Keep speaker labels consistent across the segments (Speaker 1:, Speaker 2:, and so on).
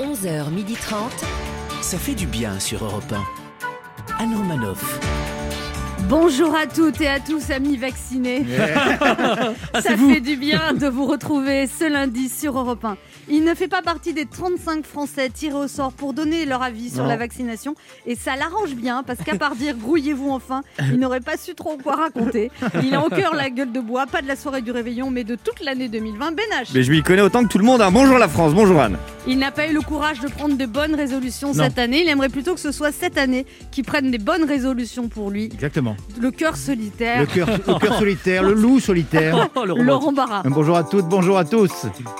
Speaker 1: 15h30.
Speaker 2: Ça fait du bien sur Europe 1. Anne Romanoff.
Speaker 3: Bonjour à toutes et à tous, amis vaccinés. Ça fait du bien de vous retrouver ce lundi sur Europe 1. Il ne fait pas partie des 35 Français tirés au sort pour donner leur avis sur
Speaker 4: Non.
Speaker 3: la vaccination. Et ça l'arrange bien, parce qu'à part dire grouillez-vous enfin, il n'aurait pas su trop quoi raconter. Il a en cœur la gueule de bois, pas de la soirée du réveillon, mais de toute l'année 2020. Bénache.
Speaker 5: Mais je m'y connais autant que tout le monde. hein. Bonjour la France, bonjour Anne.
Speaker 3: Il n'a pas eu le courage de prendre de bonnes résolutions
Speaker 5: Non.
Speaker 3: cette année. Il aimerait plutôt que ce soit cette année qu'il prenne des bonnes résolutions pour lui.
Speaker 6: Exactement.
Speaker 3: Le cœur solitaire.
Speaker 6: Le cœur, le cœur solitaire, le loup solitaire.
Speaker 3: Oh, le romantique. Laurent Barra.
Speaker 6: Bonjour à toutes, bonjour à tous.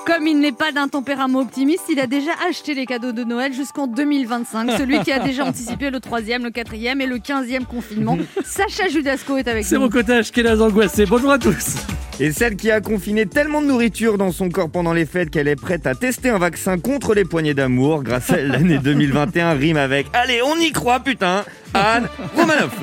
Speaker 3: Comme il n'est pas d'un tempérament optimiste, il a déjà acheté les cadeaux de Noël jusqu'en 2025. Celui qui a déjà anticipé le troisième, le quatrième et le quinzième confinement. Sacha Judasco est avec nous.
Speaker 5: C'est mon côté Ashkenaz angoissé. Bonjour à tous. Et celle qui a confiné tellement de nourriture dans son corps pendant les fêtes qu'elle est prête à tester un vaccin contre les poignées d'amour grâce à elle, l'année 2021 rime avec Allez, on y croit, putain Anne Romanoff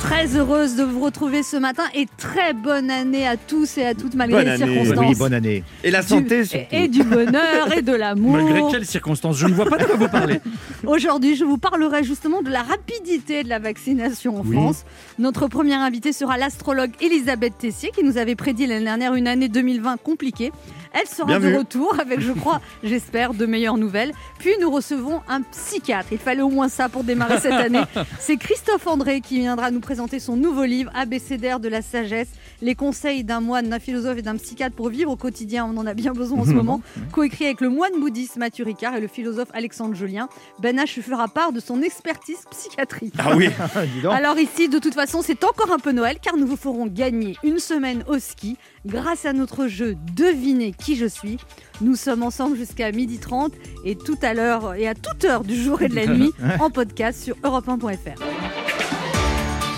Speaker 3: Très heureuse de vous retrouver ce matin et très bonne année à tous et à toutes malgré
Speaker 5: Bonne
Speaker 3: les
Speaker 5: année.
Speaker 3: circonstances.
Speaker 5: Oui, bonne année. Et la
Speaker 3: Du-
Speaker 5: santé, surtout.
Speaker 3: Et du bonheur et de l'amour.
Speaker 7: Oh. Malgré quelles circonstances Je ne vois pas de quoi vous parlez.
Speaker 3: Aujourd'hui, je vous parlerai justement de la rapidité de la vaccination en
Speaker 7: Oui.
Speaker 3: France. Notre première invitée sera l'astrologue Elisabeth Tessier, qui nous avait prédit l'année dernière une année 2020 compliquée. Elle sera
Speaker 8: Bien
Speaker 3: de
Speaker 8: vu.
Speaker 3: retour avec, je crois, j'espère, de meilleures nouvelles. Puis nous recevons un psychiatre. Il fallait au moins ça pour démarrer cette année. C'est Christophe André qui viendra nous présenter son nouveau livre ABCDR de la sagesse, les conseils d'un moine, d'un philosophe et d'un psychiatre pour vivre au quotidien. On en a bien besoin en ce
Speaker 8: Mhm.
Speaker 3: moment. Coécrit avec le moine bouddhiste Mathieu Ricard et le philosophe Alexandre Julien, Ben H fera part de son expertise psychiatrique.
Speaker 5: Ah
Speaker 6: Dis donc.
Speaker 3: Alors ici, de toute façon, c'est encore un peu Noël car nous vous ferons gagner une semaine au ski grâce à notre jeu Devinez qui je suis. Nous sommes ensemble jusqu'à 12h30 et tout à l'heure et à toute heure du jour et de la nuit en podcast sur europe1.fr.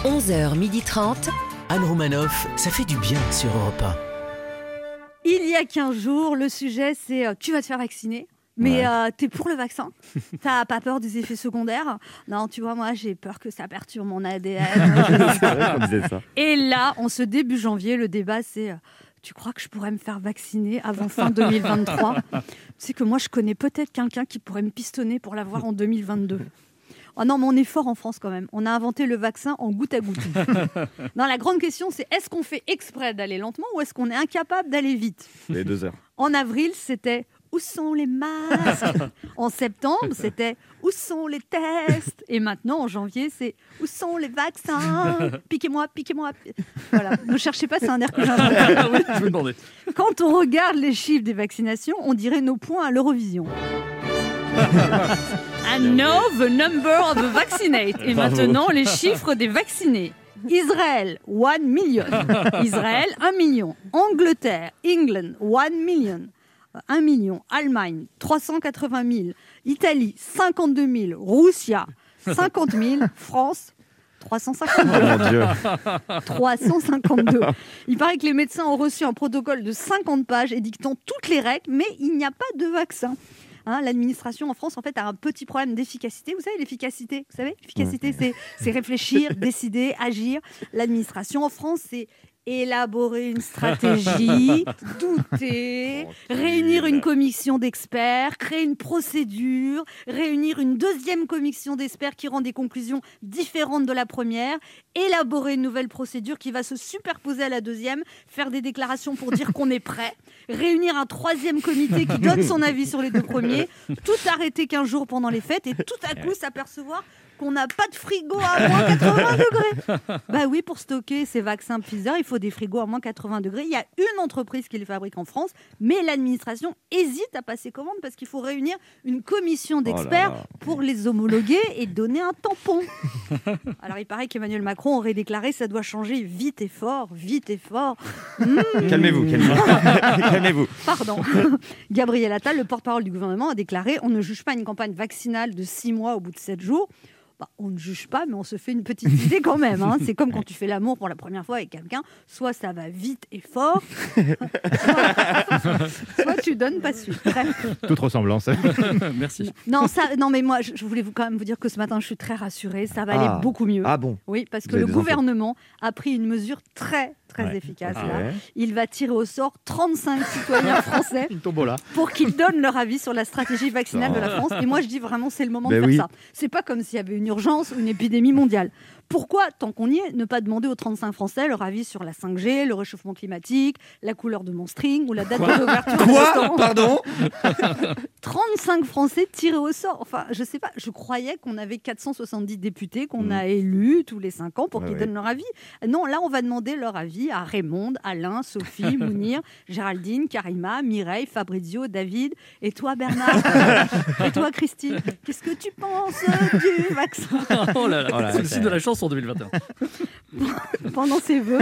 Speaker 1: 11h30.
Speaker 2: Anne Romanoff, ça fait du bien sur Europe
Speaker 3: Il y a 15 jours, le sujet c'est euh, tu vas te faire vacciner mais
Speaker 2: Ouais.
Speaker 3: euh, t'es pour le vaccin T'as pas peur des effets secondaires Non, tu vois, moi j'ai peur que ça perturbe mon ADN.
Speaker 5: C'est vrai qu'on disait ça.
Speaker 3: Et là, en ce début janvier, le débat c'est euh, tu crois que je pourrais me faire vacciner avant fin 2023 Tu sais que moi je connais peut-être quelqu'un qui pourrait me pistonner pour l'avoir en 2022. Oh non, mais on est fort en France quand même. On a inventé le vaccin en goutte à goutte. Non, la grande question c'est est-ce qu'on fait exprès d'aller lentement ou est-ce qu'on est incapable d'aller vite
Speaker 5: Les deux heures.
Speaker 3: en avril, c'était où sont les masques En septembre, c'était où sont les tests Et maintenant, en janvier, c'est où sont les vaccins Piquez-moi, piquez-moi. pi- Voilà. Ne cherchez pas, c'est un air que j'invente.
Speaker 7: Ah oui, je me demandais.
Speaker 3: Quand on regarde les chiffres des vaccinations, on dirait nos points à l'Eurovision. I know the number of the vaccinated. Et
Speaker 8: Bravo.
Speaker 3: maintenant, les chiffres des vaccinés. Israël, 1 million. Israël, 1 million. Angleterre, England, 1 million. 1 million. Allemagne, 380 000. Italie, 52 000. Russia, 50 000. France, 350 000.
Speaker 8: Oh mon Dieu.
Speaker 3: 352. Il paraît que les médecins ont reçu un protocole de 50 pages édictant toutes les règles, mais il n'y a pas de vaccin. Hein, L'administration en France, en fait, a un petit problème d'efficacité. Vous savez, l'efficacité, vous savez, l'efficacité, c'est- c'est réfléchir, décider, agir. L'administration en France, c'est élaborer une stratégie, douter, réunir une commission d'experts, créer une procédure, réunir une deuxième commission d'experts qui rend des conclusions différentes de la première, élaborer une nouvelle procédure qui va se superposer à la deuxième, faire des déclarations pour dire qu'on est prêt, réunir un troisième comité qui donne son avis sur les deux premiers, tout arrêter 15 jours pendant les fêtes et tout à coup s'apercevoir qu'on n'a pas de frigo à moins 80 degrés. Bah oui, pour stocker ces vaccins Pfizer, il faut des frigos à moins 80 degrés. Il y a une entreprise qui les fabrique en France, mais l'administration hésite à passer commande parce qu'il faut réunir une commission
Speaker 8: Oh là
Speaker 3: d'experts
Speaker 8: là.
Speaker 3: pour les homologuer et donner un tampon. Alors il paraît qu'Emmanuel Macron aurait déclaré ça doit changer vite et fort, vite et fort. Hmm.
Speaker 5: Calmez-vous, calmez-vous. calmez-vous.
Speaker 3: Pardon. Gabriel Attal, le porte-parole du gouvernement, a déclaré On ne juge pas une campagne vaccinale de six mois au bout de sept jours. bah, on ne juge pas, mais on se fait une petite idée quand même. hein. C'est comme quand tu fais l'amour pour la première fois avec quelqu'un, soit ça va vite et fort, soit, soit tu donnes pas suite. Bref.
Speaker 6: Toute ressemblance.
Speaker 7: Ah, Merci.
Speaker 3: Non, ça, non, mais moi, je je voulais vous, quand même vous dire que ce matin, je suis très rassurée, ça va
Speaker 6: Ah.
Speaker 3: aller beaucoup mieux.
Speaker 6: Ah bon
Speaker 3: Oui, parce que
Speaker 6: Vous avez
Speaker 3: le
Speaker 6: des infos.
Speaker 3: gouvernement a pris une mesure très, très
Speaker 6: Ouais.
Speaker 3: efficace.
Speaker 6: Ah
Speaker 3: là.
Speaker 6: ouais.
Speaker 3: Il va tirer au sort 35 citoyens français
Speaker 6: Une tombola.
Speaker 3: pour qu'ils donnent leur avis sur la stratégie vaccinale de la France. Et moi, je dis vraiment, c'est le moment
Speaker 6: Ben
Speaker 3: de faire
Speaker 6: oui.
Speaker 3: ça. C'est pas comme s'il y avait une urgence ou une épidémie mondiale. Pourquoi, tant qu'on y est, ne pas demander aux 35 Français leur avis sur la 5G, le réchauffement climatique, la couleur de mon string ou la date de l'ouverture du
Speaker 5: Quoi
Speaker 3: restaurant
Speaker 5: Pardon
Speaker 3: 35 Français tirés au sort. Enfin, je sais pas, je croyais qu'on avait 470 députés qu'on a élus tous les 5 ans pour
Speaker 6: Hmm. Ouais,
Speaker 3: qu'ils
Speaker 6: ouais.
Speaker 3: donnent leur avis. Non, là, on va demander leur avis à Raymond, Alain, Sophie, Mounir, Géraldine, Karima, Mireille, Fabrizio, David et toi, Bernard. et toi, Christine. Qu'est-ce que tu penses du vaccin
Speaker 7: Oh là là,
Speaker 6: Oh là,
Speaker 7: c'est le
Speaker 6: ça-
Speaker 7: site de la chance en 2021.
Speaker 3: Pendant ses vœux,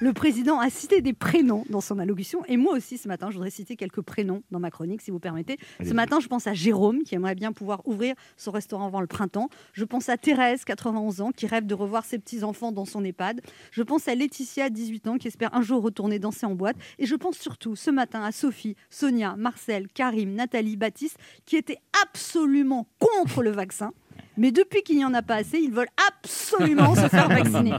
Speaker 3: le président a cité des prénoms dans son allocution. Et moi aussi, ce matin, je voudrais citer quelques prénoms dans ma chronique, si vous permettez. Ce matin, je pense à Jérôme, qui aimerait bien pouvoir ouvrir son restaurant avant le printemps. Je pense à Thérèse, 91 ans, qui rêve de revoir ses petits-enfants dans son EHPAD. Je pense à Laetitia, 18 ans, qui espère un jour retourner danser en boîte. Et je pense surtout ce matin à Sophie, Sonia, Marcel, Karim, Nathalie, Baptiste, qui étaient absolument contre le vaccin. Mais depuis qu'il n'y en a pas assez, ils veulent absolument se faire vacciner.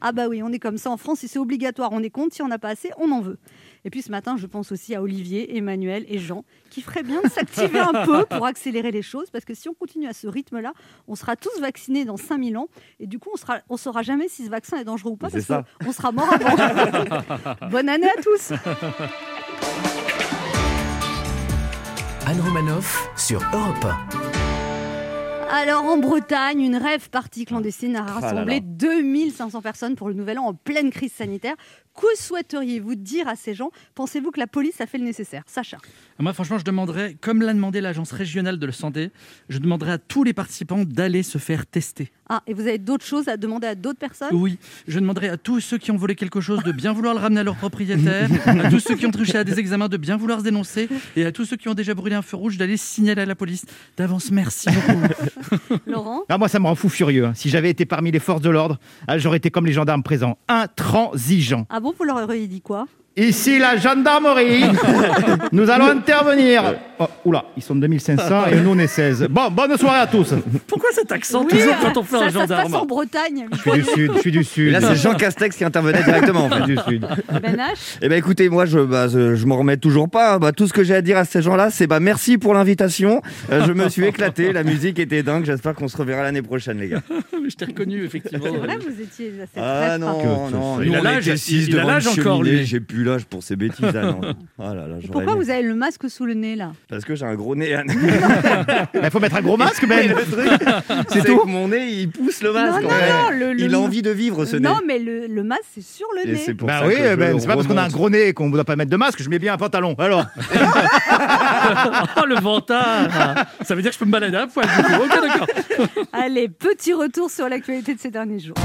Speaker 3: Ah bah oui, on est comme ça en France, si c'est obligatoire, on est contre, si on n'a pas assez, on en veut. Et puis ce matin, je pense aussi à Olivier, Emmanuel et Jean, qui feraient bien de s'activer un peu pour accélérer les choses, parce que si on continue à ce rythme-là, on sera tous vaccinés dans 5000 ans, et du coup, on sera, on saura jamais si ce vaccin est dangereux ou pas,
Speaker 5: Mais c'est
Speaker 3: parce qu'on sera mort avant. Bonne année à tous
Speaker 2: Anne Romanoff sur Europe 1.
Speaker 3: Alors en Bretagne, une rêve partie clandestine a
Speaker 5: Ah là
Speaker 3: rassemblé
Speaker 5: là.
Speaker 3: 2500 personnes pour le nouvel an en pleine crise sanitaire. Que souhaiteriez-vous dire à ces gens Pensez-vous que la police a fait le nécessaire Sacha
Speaker 7: Ah, Moi, franchement, je demanderais, comme l'a demandé l'Agence régionale de la santé, je demanderais à tous les participants d'aller se faire tester.
Speaker 3: Ah, et vous avez d'autres choses à demander à d'autres personnes
Speaker 7: Oui, je demanderais à tous ceux qui ont volé quelque chose de bien vouloir le ramener à leur propriétaire, à tous ceux qui ont triché à des examens de bien vouloir se dénoncer, et à tous ceux qui ont déjà brûlé un feu rouge d'aller signaler à la police. D'avance, merci beaucoup.
Speaker 3: Laurent
Speaker 6: Ah, moi, ça me rend fou furieux. hein. Si j'avais été parmi les forces de l'ordre, ah, j'aurais été comme les gendarmes présents, intransigeant.
Speaker 3: Ah bon, vous leur auriez dit quoi
Speaker 6: Ici la gendarmerie, nous allons intervenir. Oh, oula, ils sont 2500 et nous on est 16. Bon, bonne soirée à tous.
Speaker 7: Pourquoi cet accent
Speaker 3: Oui,
Speaker 7: toujours quand on fait
Speaker 3: ça, ça
Speaker 7: un
Speaker 3: se passe en
Speaker 7: gendarme
Speaker 3: Bretagne.
Speaker 6: Je suis du sud, je suis du sud.
Speaker 5: Et là, c'est Jean Castex qui intervenait directement. en fait.
Speaker 6: Je suis du sud.
Speaker 3: Ben H,
Speaker 5: Eh ben écoutez, moi je bah, je, je m'en remets toujours pas. hein. Bah, tout ce que j'ai à dire à ces gens-là, c'est bah merci pour l'invitation. Euh, je me suis éclaté, la musique était dingue. J'espère qu'on se reverra l'année prochaine, les gars.
Speaker 7: Ah, Je t'ai reconnu, effectivement.
Speaker 3: c'est vrai, vous étiez assez
Speaker 5: Ah
Speaker 3: très frappant.
Speaker 5: non,
Speaker 6: Que-
Speaker 5: non,
Speaker 6: que-
Speaker 7: Il a
Speaker 5: on
Speaker 7: l'âge,
Speaker 5: était assis
Speaker 7: il- il a
Speaker 5: devant une
Speaker 7: l'âge encore,
Speaker 5: cheminée,
Speaker 7: lui.
Speaker 5: J'ai plus l'âge pour ces bêtises. Ah, non. Ah là là,
Speaker 3: Et
Speaker 5: j'aurais
Speaker 3: Pourquoi
Speaker 5: aimé.
Speaker 3: vous avez le masque sous le nez là
Speaker 5: Parce que j'ai un gros nez. Anne.
Speaker 6: Il Bah, faut mettre un gros masque,
Speaker 5: Et
Speaker 6: Ben.
Speaker 5: le truc, c'est
Speaker 6: tout
Speaker 5: que mon nez, il pousse le masque.
Speaker 3: Non,
Speaker 5: en fait.
Speaker 3: non, non, le, le-
Speaker 5: Il a envie de vivre ce nez.
Speaker 3: Non, mais le, le masque c'est sur le
Speaker 5: Et
Speaker 3: nez.
Speaker 5: c'est pour
Speaker 6: Bah
Speaker 5: ça
Speaker 6: oui,
Speaker 5: que je
Speaker 6: Ben, c'est pas parce qu'on a un
Speaker 5: remonte.
Speaker 6: gros nez et qu'on ne doit pas mettre de masque, je mets bien un pantalon. Alors,
Speaker 7: Ah, le vantard Ça veut dire que je peux me balader à poil, du coup. Ok, d'accord.
Speaker 3: Allez, petit retour sur l'actualité de ces derniers jours.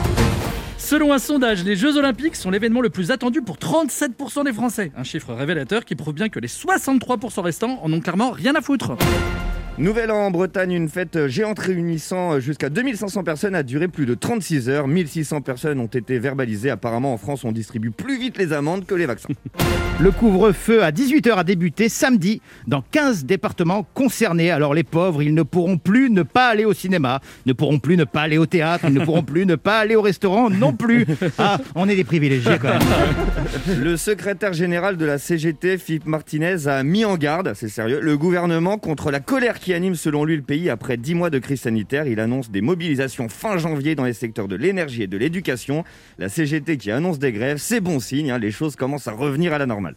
Speaker 7: Selon un sondage, les Jeux Olympiques sont l'événement le plus attendu pour 37% des Français. Un chiffre révélateur qui prouve bien que les 63% restants en ont clairement rien à foutre.
Speaker 5: Nouvel an en Bretagne, une fête géante réunissant jusqu'à 2500 personnes a duré plus de 36 heures. 1600 personnes ont été verbalisées. Apparemment, en France, on distribue plus vite les amendes que les vaccins.
Speaker 6: le couvre-feu à 18h a débuté samedi dans 15 départements concernés. Alors les pauvres, ils ne pourront plus ne pas aller au cinéma, ne pourront plus ne pas aller au théâtre, ils ne pourront plus ne pas aller au restaurant non plus. Ah, on est des privilégiés quand même.
Speaker 5: Le secrétaire général de la CGT, Philippe Martinez, a mis en garde, c'est sérieux, le gouvernement contre la colère qui anime selon lui le pays après 10 mois de crise sanitaire. Il annonce des mobilisations fin janvier dans les secteurs de l'énergie et de l'éducation. La CGT qui annonce des grèves, c'est bon signe, hein, les choses commencent à revenir à la normale.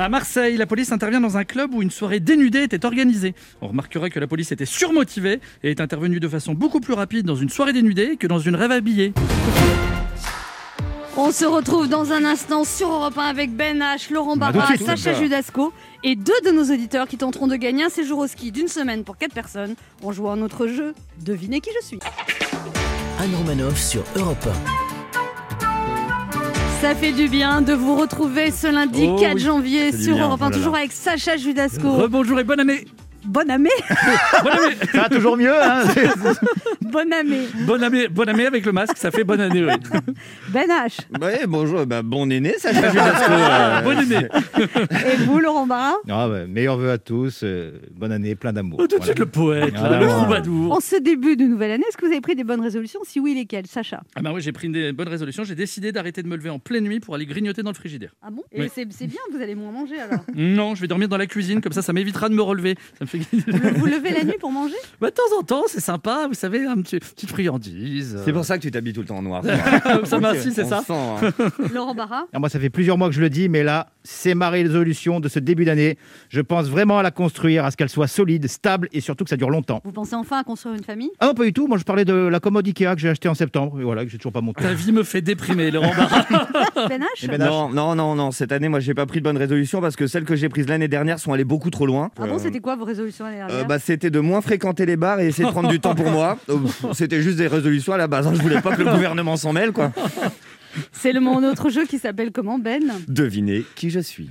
Speaker 7: À Marseille, la police intervient dans un club où une soirée dénudée était organisée. On remarquera que la police était surmotivée et est intervenue de façon beaucoup plus rapide dans une soirée dénudée que dans une rêve habillée.
Speaker 3: On se retrouve dans un instant sur Europe 1 avec Ben H, Laurent
Speaker 6: Bah, tout de
Speaker 3: Barra,
Speaker 6: suite.
Speaker 3: Sacha Judasco et deux de nos auditeurs qui tenteront de gagner un séjour au ski d'une semaine pour quatre personnes en jouant à notre jeu Devinez qui je suis.
Speaker 2: Anne Romanoff sur Europe
Speaker 3: Ça fait du bien de vous retrouver ce lundi
Speaker 7: Oh
Speaker 3: 4
Speaker 7: oui.
Speaker 3: janvier
Speaker 5: fait du
Speaker 3: sur
Speaker 5: bien,
Speaker 3: Europe 1,
Speaker 5: oh là là.
Speaker 3: toujours avec Sacha Judasco.
Speaker 7: Rebonjour et bonne année
Speaker 3: bonne année.
Speaker 6: Ça va toujours mieux. hein.
Speaker 3: bonne année.
Speaker 7: Bonne année, bonne année avec le masque, ça fait bonne année. ouais.
Speaker 3: Ben H.
Speaker 5: Ouais, bonjour, bah, bon aîné, Sacha Judasco. euh,
Speaker 7: Bonne année.
Speaker 3: Et vous, Laurent Barra
Speaker 6: Ah ouais, meilleurs vœux à tous. euh, bonne année, plein d'amour.
Speaker 7: Oh, Tout de
Speaker 6: Voilà.
Speaker 7: suite le poète,
Speaker 6: Ah,
Speaker 7: le
Speaker 6: ouais.
Speaker 5: Oh.
Speaker 7: troubadour.
Speaker 3: En ce début de nouvelle année, est-ce que vous avez pris des bonnes résolutions Si oui, lesquelles Sacha
Speaker 7: Ah bah oui, j'ai pris une bonne résolution. J'ai décidé d'arrêter de me lever en pleine nuit pour aller grignoter dans le frigidaire.
Speaker 3: Ah bon
Speaker 7: Oui.
Speaker 3: Et C'est c'est bien, vous allez moins manger alors.
Speaker 7: Non, je vais dormir dans la cuisine, comme ça, ça m'évitera de me relever. Ça me fait.
Speaker 3: vous levez la nuit pour manger
Speaker 7: Bah, de temps en temps, c'est sympa, vous savez, une petite friandise. euh.
Speaker 5: C'est pour ça que tu t'habilles tout le temps en noir. toi.
Speaker 7: Ça m'incite, Ah, c'est
Speaker 5: On
Speaker 7: ça.
Speaker 5: sent, hein.
Speaker 3: Laurent Barra
Speaker 6: Ah, moi, ça fait plusieurs mois que je le dis, mais là, c'est ma résolution de ce début d'année. Je pense vraiment à la construire, à ce qu'elle soit solide, stable et surtout que ça dure longtemps.
Speaker 3: Vous pensez enfin à construire une famille
Speaker 6: Ah non, pas du tout. Moi, je parlais de la commode Ikea que j'ai achetée en septembre. Et voilà, que j'ai toujours pas monté.
Speaker 7: Ta vie me fait déprimer, Laurent Barra.
Speaker 3: Ben H
Speaker 6: Eh ben,
Speaker 5: Non, non, non, non. Cette année, moi, j'ai pas pris de bonnes résolutions parce que celles que j'ai prises l'année dernière sont allées beaucoup trop loin.
Speaker 3: Ah bon,
Speaker 5: Euh,
Speaker 3: c'était quoi vos résolutions l'année
Speaker 5: Euh,
Speaker 3: dernière
Speaker 5: bah, c'était de moins fréquenter les bars et essayer de prendre du temps pour moi. Euh, pff, C'était juste des résolutions à la base. hein. Je voulais pas que le gouvernement s'en mêle, quoi.
Speaker 3: C'est le mon autre jeu qui s'appelle comment Ben
Speaker 5: Devinez qui je suis.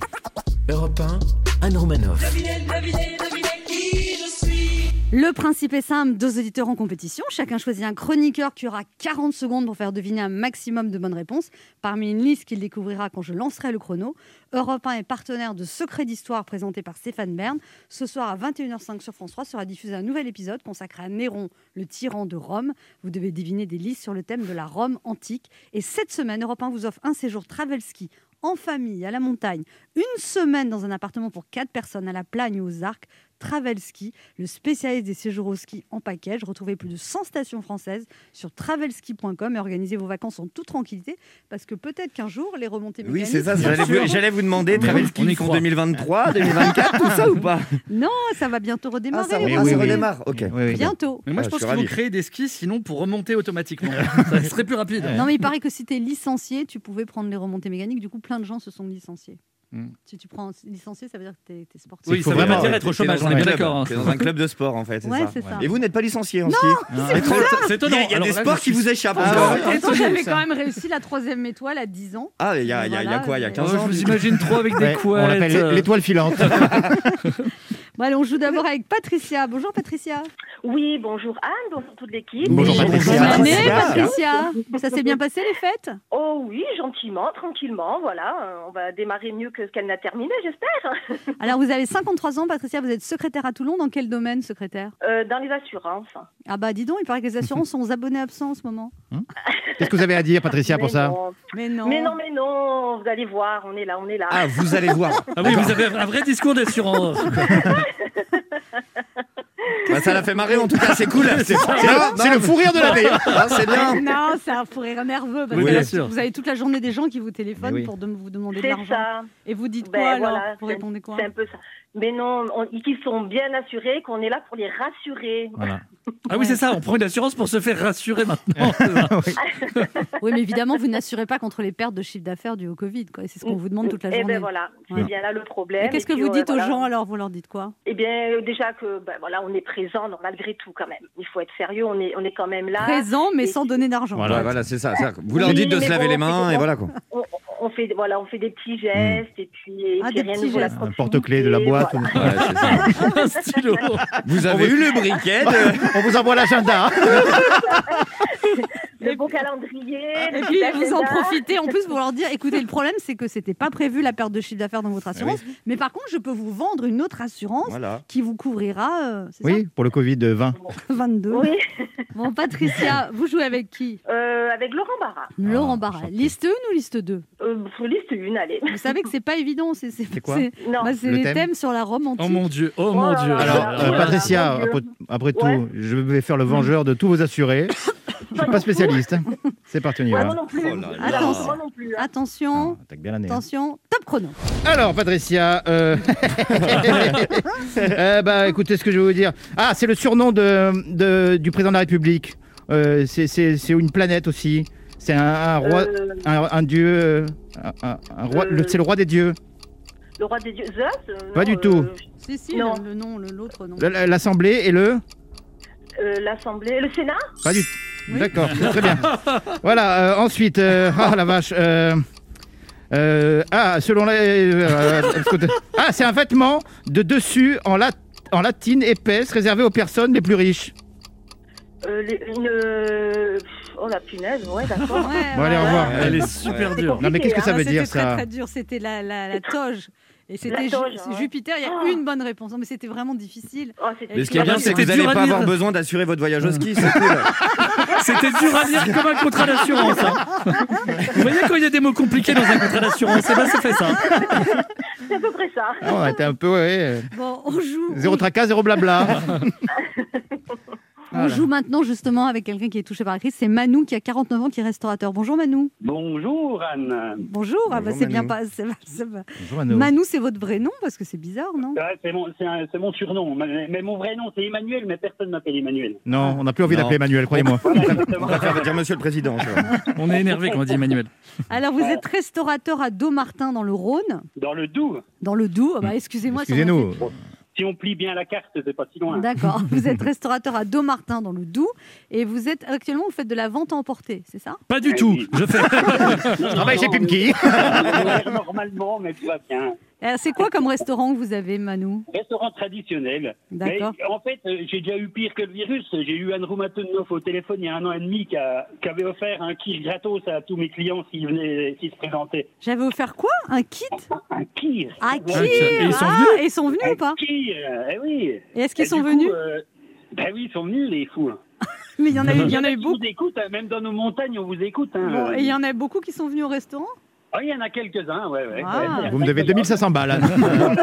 Speaker 2: Europe 1, Anne Romanoff.
Speaker 3: Le principe est simple, deux auditeurs en compétition. Chacun choisit un chroniqueur qui aura 40 secondes pour faire deviner un maximum de bonnes réponses parmi une liste qu'il découvrira quand je lancerai le chrono. Europe 1 est partenaire de Secret d'Histoire présenté par Stéphane Bern. Ce soir à 21h05 sur France 3 sera diffusé un nouvel épisode consacré à Néron, le tyran de Rome. Vous devez deviner des listes sur le thème de la Rome antique. Et cette semaine, Europe 1 vous offre un séjour Travelski en famille, à la montagne, une semaine dans un appartement pour quatre personnes à la Plagne ou aux Arcs. Travelski, le spécialiste des séjours au ski en package. Retrouvez plus de 100 stations françaises sur travelski.com et organisez vos vacances en toute tranquillité parce que peut-être qu'un jour, les remontées
Speaker 5: Oui,
Speaker 3: mécaniques...
Speaker 5: c'est ça. J'allais
Speaker 7: sûr.
Speaker 5: vous, j'allais vous demander, Travis
Speaker 7: on y
Speaker 5: font
Speaker 7: croit.
Speaker 5: 2023, 2024, tout ça ou pas
Speaker 3: Non, ça va bientôt
Speaker 5: Ah,
Speaker 3: redémarrer.
Speaker 5: ça,
Speaker 6: oui,
Speaker 5: ah,
Speaker 6: oui,
Speaker 5: ça
Speaker 6: oui.
Speaker 5: redémarre. Ok.
Speaker 6: Oui, oui.
Speaker 3: Bientôt.
Speaker 7: Mais
Speaker 5: Ah,
Speaker 7: moi, je
Speaker 5: je
Speaker 7: pense
Speaker 5: suis
Speaker 7: qu'il faut
Speaker 5: ravi.
Speaker 7: créer des skis, sinon pour remonter automatiquement. ça serait plus rapide.
Speaker 3: Non, mais il paraît que si tu es licencié, tu pouvais prendre les remontées mécaniques. Du coup, plein de gens se sont licenciés.
Speaker 7: Hmm.
Speaker 3: Si tu prends licencié, ça veut dire que tu es, sportif.
Speaker 7: Oui,
Speaker 6: faut
Speaker 7: ça veut
Speaker 6: vraiment
Speaker 7: pas dire
Speaker 6: arrêter.
Speaker 7: être au
Speaker 5: T'es
Speaker 7: chômage,
Speaker 5: dans un
Speaker 7: on est bien
Speaker 5: club.
Speaker 7: d'accord. hein.
Speaker 5: T'es dans un club de sport, en fait, c'est
Speaker 3: ouais,
Speaker 5: ça.
Speaker 3: c'est ça.
Speaker 5: Et vous n'êtes pas licencié en ski
Speaker 7: C'est
Speaker 5: Étrange, ça-
Speaker 7: C'est
Speaker 5: Il y
Speaker 7: étonnant.
Speaker 5: a, il y a
Speaker 7: Alors
Speaker 5: des
Speaker 7: là,
Speaker 5: sports
Speaker 7: je
Speaker 5: qui
Speaker 7: suis-
Speaker 5: vous échappent
Speaker 6: Ah,
Speaker 5: encore.
Speaker 6: ouais.
Speaker 3: Pourtant,
Speaker 7: étonnant,
Speaker 3: j'avais
Speaker 7: ça.
Speaker 3: quand même réussi la troisième étoile à 10 ans.
Speaker 5: Ah, il y, a- il y a- il y a quoi Il y a
Speaker 7: Oh,
Speaker 5: 15 ans
Speaker 7: je vous
Speaker 5: du coup
Speaker 7: imagine trop avec des
Speaker 6: Ouais, on l'appelle
Speaker 7: couettes. euh.
Speaker 6: l'é- l'étoile filante.
Speaker 3: Bon, allez, on joue d'abord avec Patricia. Bonjour Patricia.
Speaker 1: Oui, bonjour Ah Anne, bonjour toute l'équipe.
Speaker 6: Bonjour,
Speaker 5: Oui,
Speaker 6: Patricia.
Speaker 3: Bonne
Speaker 5: Bonjour,
Speaker 3: année
Speaker 5: Patricia.
Speaker 3: Patricia. Ça s'est bien passé les fêtes
Speaker 1: Oh oui, gentiment, tranquillement, voilà. euh, On va démarrer mieux que ce qu'elle n'a terminé, j'espère.
Speaker 3: Alors vous avez 53 ans Patricia, vous êtes secrétaire à Toulon. Dans quel domaine secrétaire
Speaker 1: Euh, dans les assurances.
Speaker 3: Ah bah dis donc, il paraît que les assurances sont aux abonnés absents en ce moment.
Speaker 6: Qu'est-ce que vous avez à dire, Patricia, pour
Speaker 1: Mais
Speaker 6: ça
Speaker 1: non.
Speaker 3: Mais non.
Speaker 1: Mais non, mais non, vous allez voir, on est là, on est là.
Speaker 5: Ah, vous allez voir.
Speaker 7: Ah oui, vous avez un vrai discours d'assurance.
Speaker 5: Bah, ça l'a fait marrer, en tout cas, c'est cool. C'est c'est le fou rire de l'année. Ah, c'est bien.
Speaker 3: Non, c'est un fou rire nerveux. Parce
Speaker 7: Oui,
Speaker 3: que
Speaker 7: bien
Speaker 3: là,
Speaker 7: sûr.
Speaker 3: vous avez toute la journée des gens qui vous téléphonent
Speaker 6: Mais oui.
Speaker 3: pour de- vous demander de
Speaker 1: c'est
Speaker 3: l'argent.
Speaker 1: ça,
Speaker 3: Et vous dites
Speaker 1: Ben
Speaker 3: quoi alors
Speaker 1: voilà,
Speaker 3: Vous répondez quoi
Speaker 1: c'est un peu ça. Mais non, on- qu'ils sont bien assurés, qu'on est là pour les rassurer.
Speaker 7: Ah oui, c'est ça, on prend une assurance pour se faire rassurer maintenant.
Speaker 3: Oui, mais évidemment, vous n'assurez pas contre les pertes de chiffre d'affaires dues au Covid. quoi. Et C'est ce qu'on vous demande toute la
Speaker 1: Eh
Speaker 3: journée.
Speaker 1: ben voilà,
Speaker 3: Ouais.
Speaker 1: c'est bien là le
Speaker 3: Et
Speaker 1: problème.
Speaker 3: qu'est-ce que
Speaker 1: Et puis,
Speaker 3: vous
Speaker 1: ouais,
Speaker 3: dites aux
Speaker 1: voilà.
Speaker 3: gens alors Vous leur dites quoi
Speaker 1: Eh bien, euh, déjà que, ben voilà, on est présent non, malgré tout quand même. Il faut être sérieux, on est, on est quand même là.
Speaker 3: Présent, mais
Speaker 1: Ah, et-
Speaker 3: sans donner d'argent.
Speaker 5: Voilà, voilà, c'est ça. c'est-à-dire que Vous
Speaker 1: Oui,
Speaker 5: leur dites de
Speaker 1: mais
Speaker 5: se laver
Speaker 1: bon,
Speaker 5: les mains
Speaker 1: c'est
Speaker 5: et
Speaker 1: bon.
Speaker 5: voilà quoi.
Speaker 1: on, on fait voilà, on fait des petits gestes et puis, et
Speaker 3: Ah,
Speaker 1: puis
Speaker 3: des
Speaker 1: rien
Speaker 3: petits
Speaker 1: ne vaut la
Speaker 3: gestes.
Speaker 6: Un porte-clés de la
Speaker 1: proximité,
Speaker 6: boîte.
Speaker 1: voilà.
Speaker 7: Un stylo.
Speaker 5: Vous avez eu le briquet de-
Speaker 6: On vous envoie l'agenda.
Speaker 1: Le bon calendrier.
Speaker 3: Ah,
Speaker 1: Ben,
Speaker 3: Et
Speaker 1: le
Speaker 3: puis
Speaker 1: petit
Speaker 3: vous en
Speaker 1: agenda.
Speaker 3: profitez en plus pour leur dire écoutez le problème c'est que c'était pas prévu la perte de chiffre d'affaires dans votre assurance mais par contre je peux vous vendre une autre assurance
Speaker 5: Voilà.
Speaker 3: qui vous couvrira euh, c'est
Speaker 6: Oui, pour le Covid
Speaker 3: ça
Speaker 6: 20.
Speaker 3: 22
Speaker 1: Oui,
Speaker 3: bon Patricia vous jouez avec qui
Speaker 1: euh, avec Laurent Barra.
Speaker 3: Laurent Barra
Speaker 6: Ah, enchanté.
Speaker 3: liste 1 ou liste 2
Speaker 1: Euh, pff, liste une, allez.
Speaker 3: vous savez que c'est pas évident c'est c'est
Speaker 6: C'est quoi
Speaker 3: c'est-
Speaker 1: Non.
Speaker 3: bah, c'est
Speaker 6: Le
Speaker 3: les
Speaker 6: thème
Speaker 3: thèmes sur la Rome
Speaker 7: Oh
Speaker 3: antique
Speaker 7: mon Dieu, oh mon Dieu.
Speaker 6: Alors,
Speaker 1: Ah,
Speaker 6: euh,
Speaker 1: voilà.
Speaker 6: Patricia,
Speaker 1: Mon Dieu.
Speaker 6: après, après tout,
Speaker 1: Ouais.
Speaker 6: je vais faire le vengeur de tous vos assurés. Je suis pas spécialiste. hein. C'est parti, on y
Speaker 1: Ouais,
Speaker 6: va.
Speaker 1: moi non plus.
Speaker 5: Oh là
Speaker 1: Alors,
Speaker 3: là.
Speaker 1: moi non plus. hein.
Speaker 6: Ah,
Speaker 3: attention
Speaker 6: t'as que bien l'année, hein.
Speaker 3: attention top chrono
Speaker 6: Alors, Patricia, euh, euh, bah, écoutez ce que je vais vous dire. Ah, c'est le surnom de, de- du président de la République. Euh, c'est- c'est c'est une planète aussi. C'est un, un roi,
Speaker 1: Euh,
Speaker 6: un, un dieu, euh, un, un- un roi.
Speaker 1: Euh,
Speaker 6: le- C'est le roi des dieux.
Speaker 1: le roi des dieux. Zeus euh,
Speaker 6: Pas
Speaker 1: non,
Speaker 6: du tout.
Speaker 3: si si
Speaker 1: Non.
Speaker 3: le, le nom le- l'autre nom
Speaker 6: Le- le- L'Assemblée et le.
Speaker 1: euh, L'Assemblée. Le Sénat
Speaker 6: Pas du.
Speaker 3: Oui.
Speaker 6: D'accord, très bien. Voilà. euh, ensuite, euh, ah la vache. euh, euh, ah, selon les. euh, euh, parce que- ah, c'est un vêtement de dessus en la en latine épaisse réservée aux personnes les plus riches
Speaker 1: Euh, les- une. euh, Oh la punaise, ouais, d'accord.
Speaker 6: Bon, allez, au revoir.
Speaker 7: Elle est super
Speaker 6: euh, Ouais.
Speaker 7: dure.
Speaker 6: Non, mais qu'est-ce que ça
Speaker 3: Ah,
Speaker 6: veut
Speaker 3: c'était
Speaker 6: dire,
Speaker 3: très
Speaker 6: ça
Speaker 3: très dur, c'était la, la, la toge. Et c'était Ju-
Speaker 1: toge,
Speaker 3: c'est
Speaker 1: ouais.
Speaker 3: Jupiter, il y a une bonne réponse. Non, mais c'était vraiment difficile.
Speaker 1: Oh, c'est-
Speaker 5: Mais ce qui est
Speaker 7: Ah bah,
Speaker 5: bien, c'est que
Speaker 7: c'était
Speaker 5: vous n'allez
Speaker 7: dur à
Speaker 5: pas avoir
Speaker 7: dire.
Speaker 5: besoin d'assurer votre voyage au ski, c'est cool.
Speaker 7: C'était dur à lire comme un contrat d'assurance. hein. Vous voyez quand il y a des mots compliqués dans un contrat d'assurance, eh ben c'est fait ça.
Speaker 1: c'est à peu près ça.
Speaker 6: Ah, On a été un peu, ouais, euh,
Speaker 3: Bon, on joue.
Speaker 6: Zéro tracas, zéro blabla.
Speaker 3: on joue maintenant justement avec quelqu'un qui est touché par la crise. C'est Manou qui a 49 ans, qui est restaurateur. Bonjour Manou.
Speaker 4: Bonjour Anne.
Speaker 3: Bonjour. ah bah,
Speaker 5: Bonjour,
Speaker 3: c'est bien
Speaker 5: Manou.
Speaker 3: pas. c'est- c'est-
Speaker 6: Bonjour, Anno.
Speaker 3: Manou, c'est votre vrai nom parce que c'est bizarre, non
Speaker 4: Ouais, C'est mon, c'est un- c'est mon surnom. Mais mais mon vrai nom, c'est Emmanuel, mais personne m'appelle Emmanuel.
Speaker 6: Non, on n'a plus envie
Speaker 5: Non.
Speaker 6: d'appeler Emmanuel, croyez-moi.
Speaker 4: Voilà,
Speaker 5: On
Speaker 4: exactement.
Speaker 5: va faire dire Monsieur le Président. ça va.
Speaker 7: On est énervé quand on dit Emmanuel.
Speaker 3: Alors vous êtes restaurateur à Domartin dans le Rhône,
Speaker 4: Dans le Doubs,
Speaker 3: dans le Doubs. Ah bah,
Speaker 4: Mm.
Speaker 3: Excusez-moi. si on a
Speaker 6: Excusez-nous.
Speaker 4: si on plie bien la carte, c'est pas si
Speaker 3: fait-
Speaker 4: loin.
Speaker 3: D'accord. Vous êtes restaurateur à Domartin dans le Doubs et vous êtes actuellement vous faites de la vente à emporter, c'est ça
Speaker 7: Pas du tout. Je fais.
Speaker 6: Je travaille chez Pimki.
Speaker 4: Normalement, mais tout va bien.
Speaker 3: Alors, euh, C'est quoi comme restaurant que vous avez, Manou
Speaker 4: Restaurant traditionnel. Mais
Speaker 3: D'accord.
Speaker 4: en fait, euh, j'ai déjà eu pire que le virus. J'ai eu Anne Roumatonov au téléphone il y a un an et demi qui, a- qui avait offert un kir gratos à tous mes clients s'ils venaient, s'ils se présentaient.
Speaker 3: J'avais offert quoi Un kit
Speaker 4: Un kir.
Speaker 3: Ah, kir
Speaker 7: et ils sont
Speaker 3: Ah,
Speaker 7: venus
Speaker 3: ils sont venus
Speaker 4: Un
Speaker 3: ou pas
Speaker 4: kir, euh, eh oui.
Speaker 3: Et est-ce qu'ils
Speaker 4: Et
Speaker 3: sont
Speaker 4: du coup,
Speaker 3: venus
Speaker 4: euh, Ben oui, ils sont venus, les fous.
Speaker 3: Mais il y en a eu, Ah il y en a eu
Speaker 4: qui
Speaker 3: beaucoup.
Speaker 4: vous écoutent, hein, même dans nos montagnes, on vous écoute. hein.
Speaker 3: Bon, et il y en a beaucoup qui sont venus au restaurant
Speaker 4: Ah, il y en a quelques-uns, ouais, ouais.
Speaker 3: Ah.
Speaker 4: Ouais, il y en a
Speaker 6: Vous me devez
Speaker 4: quelques-uns.
Speaker 6: 2500 balles, Anne.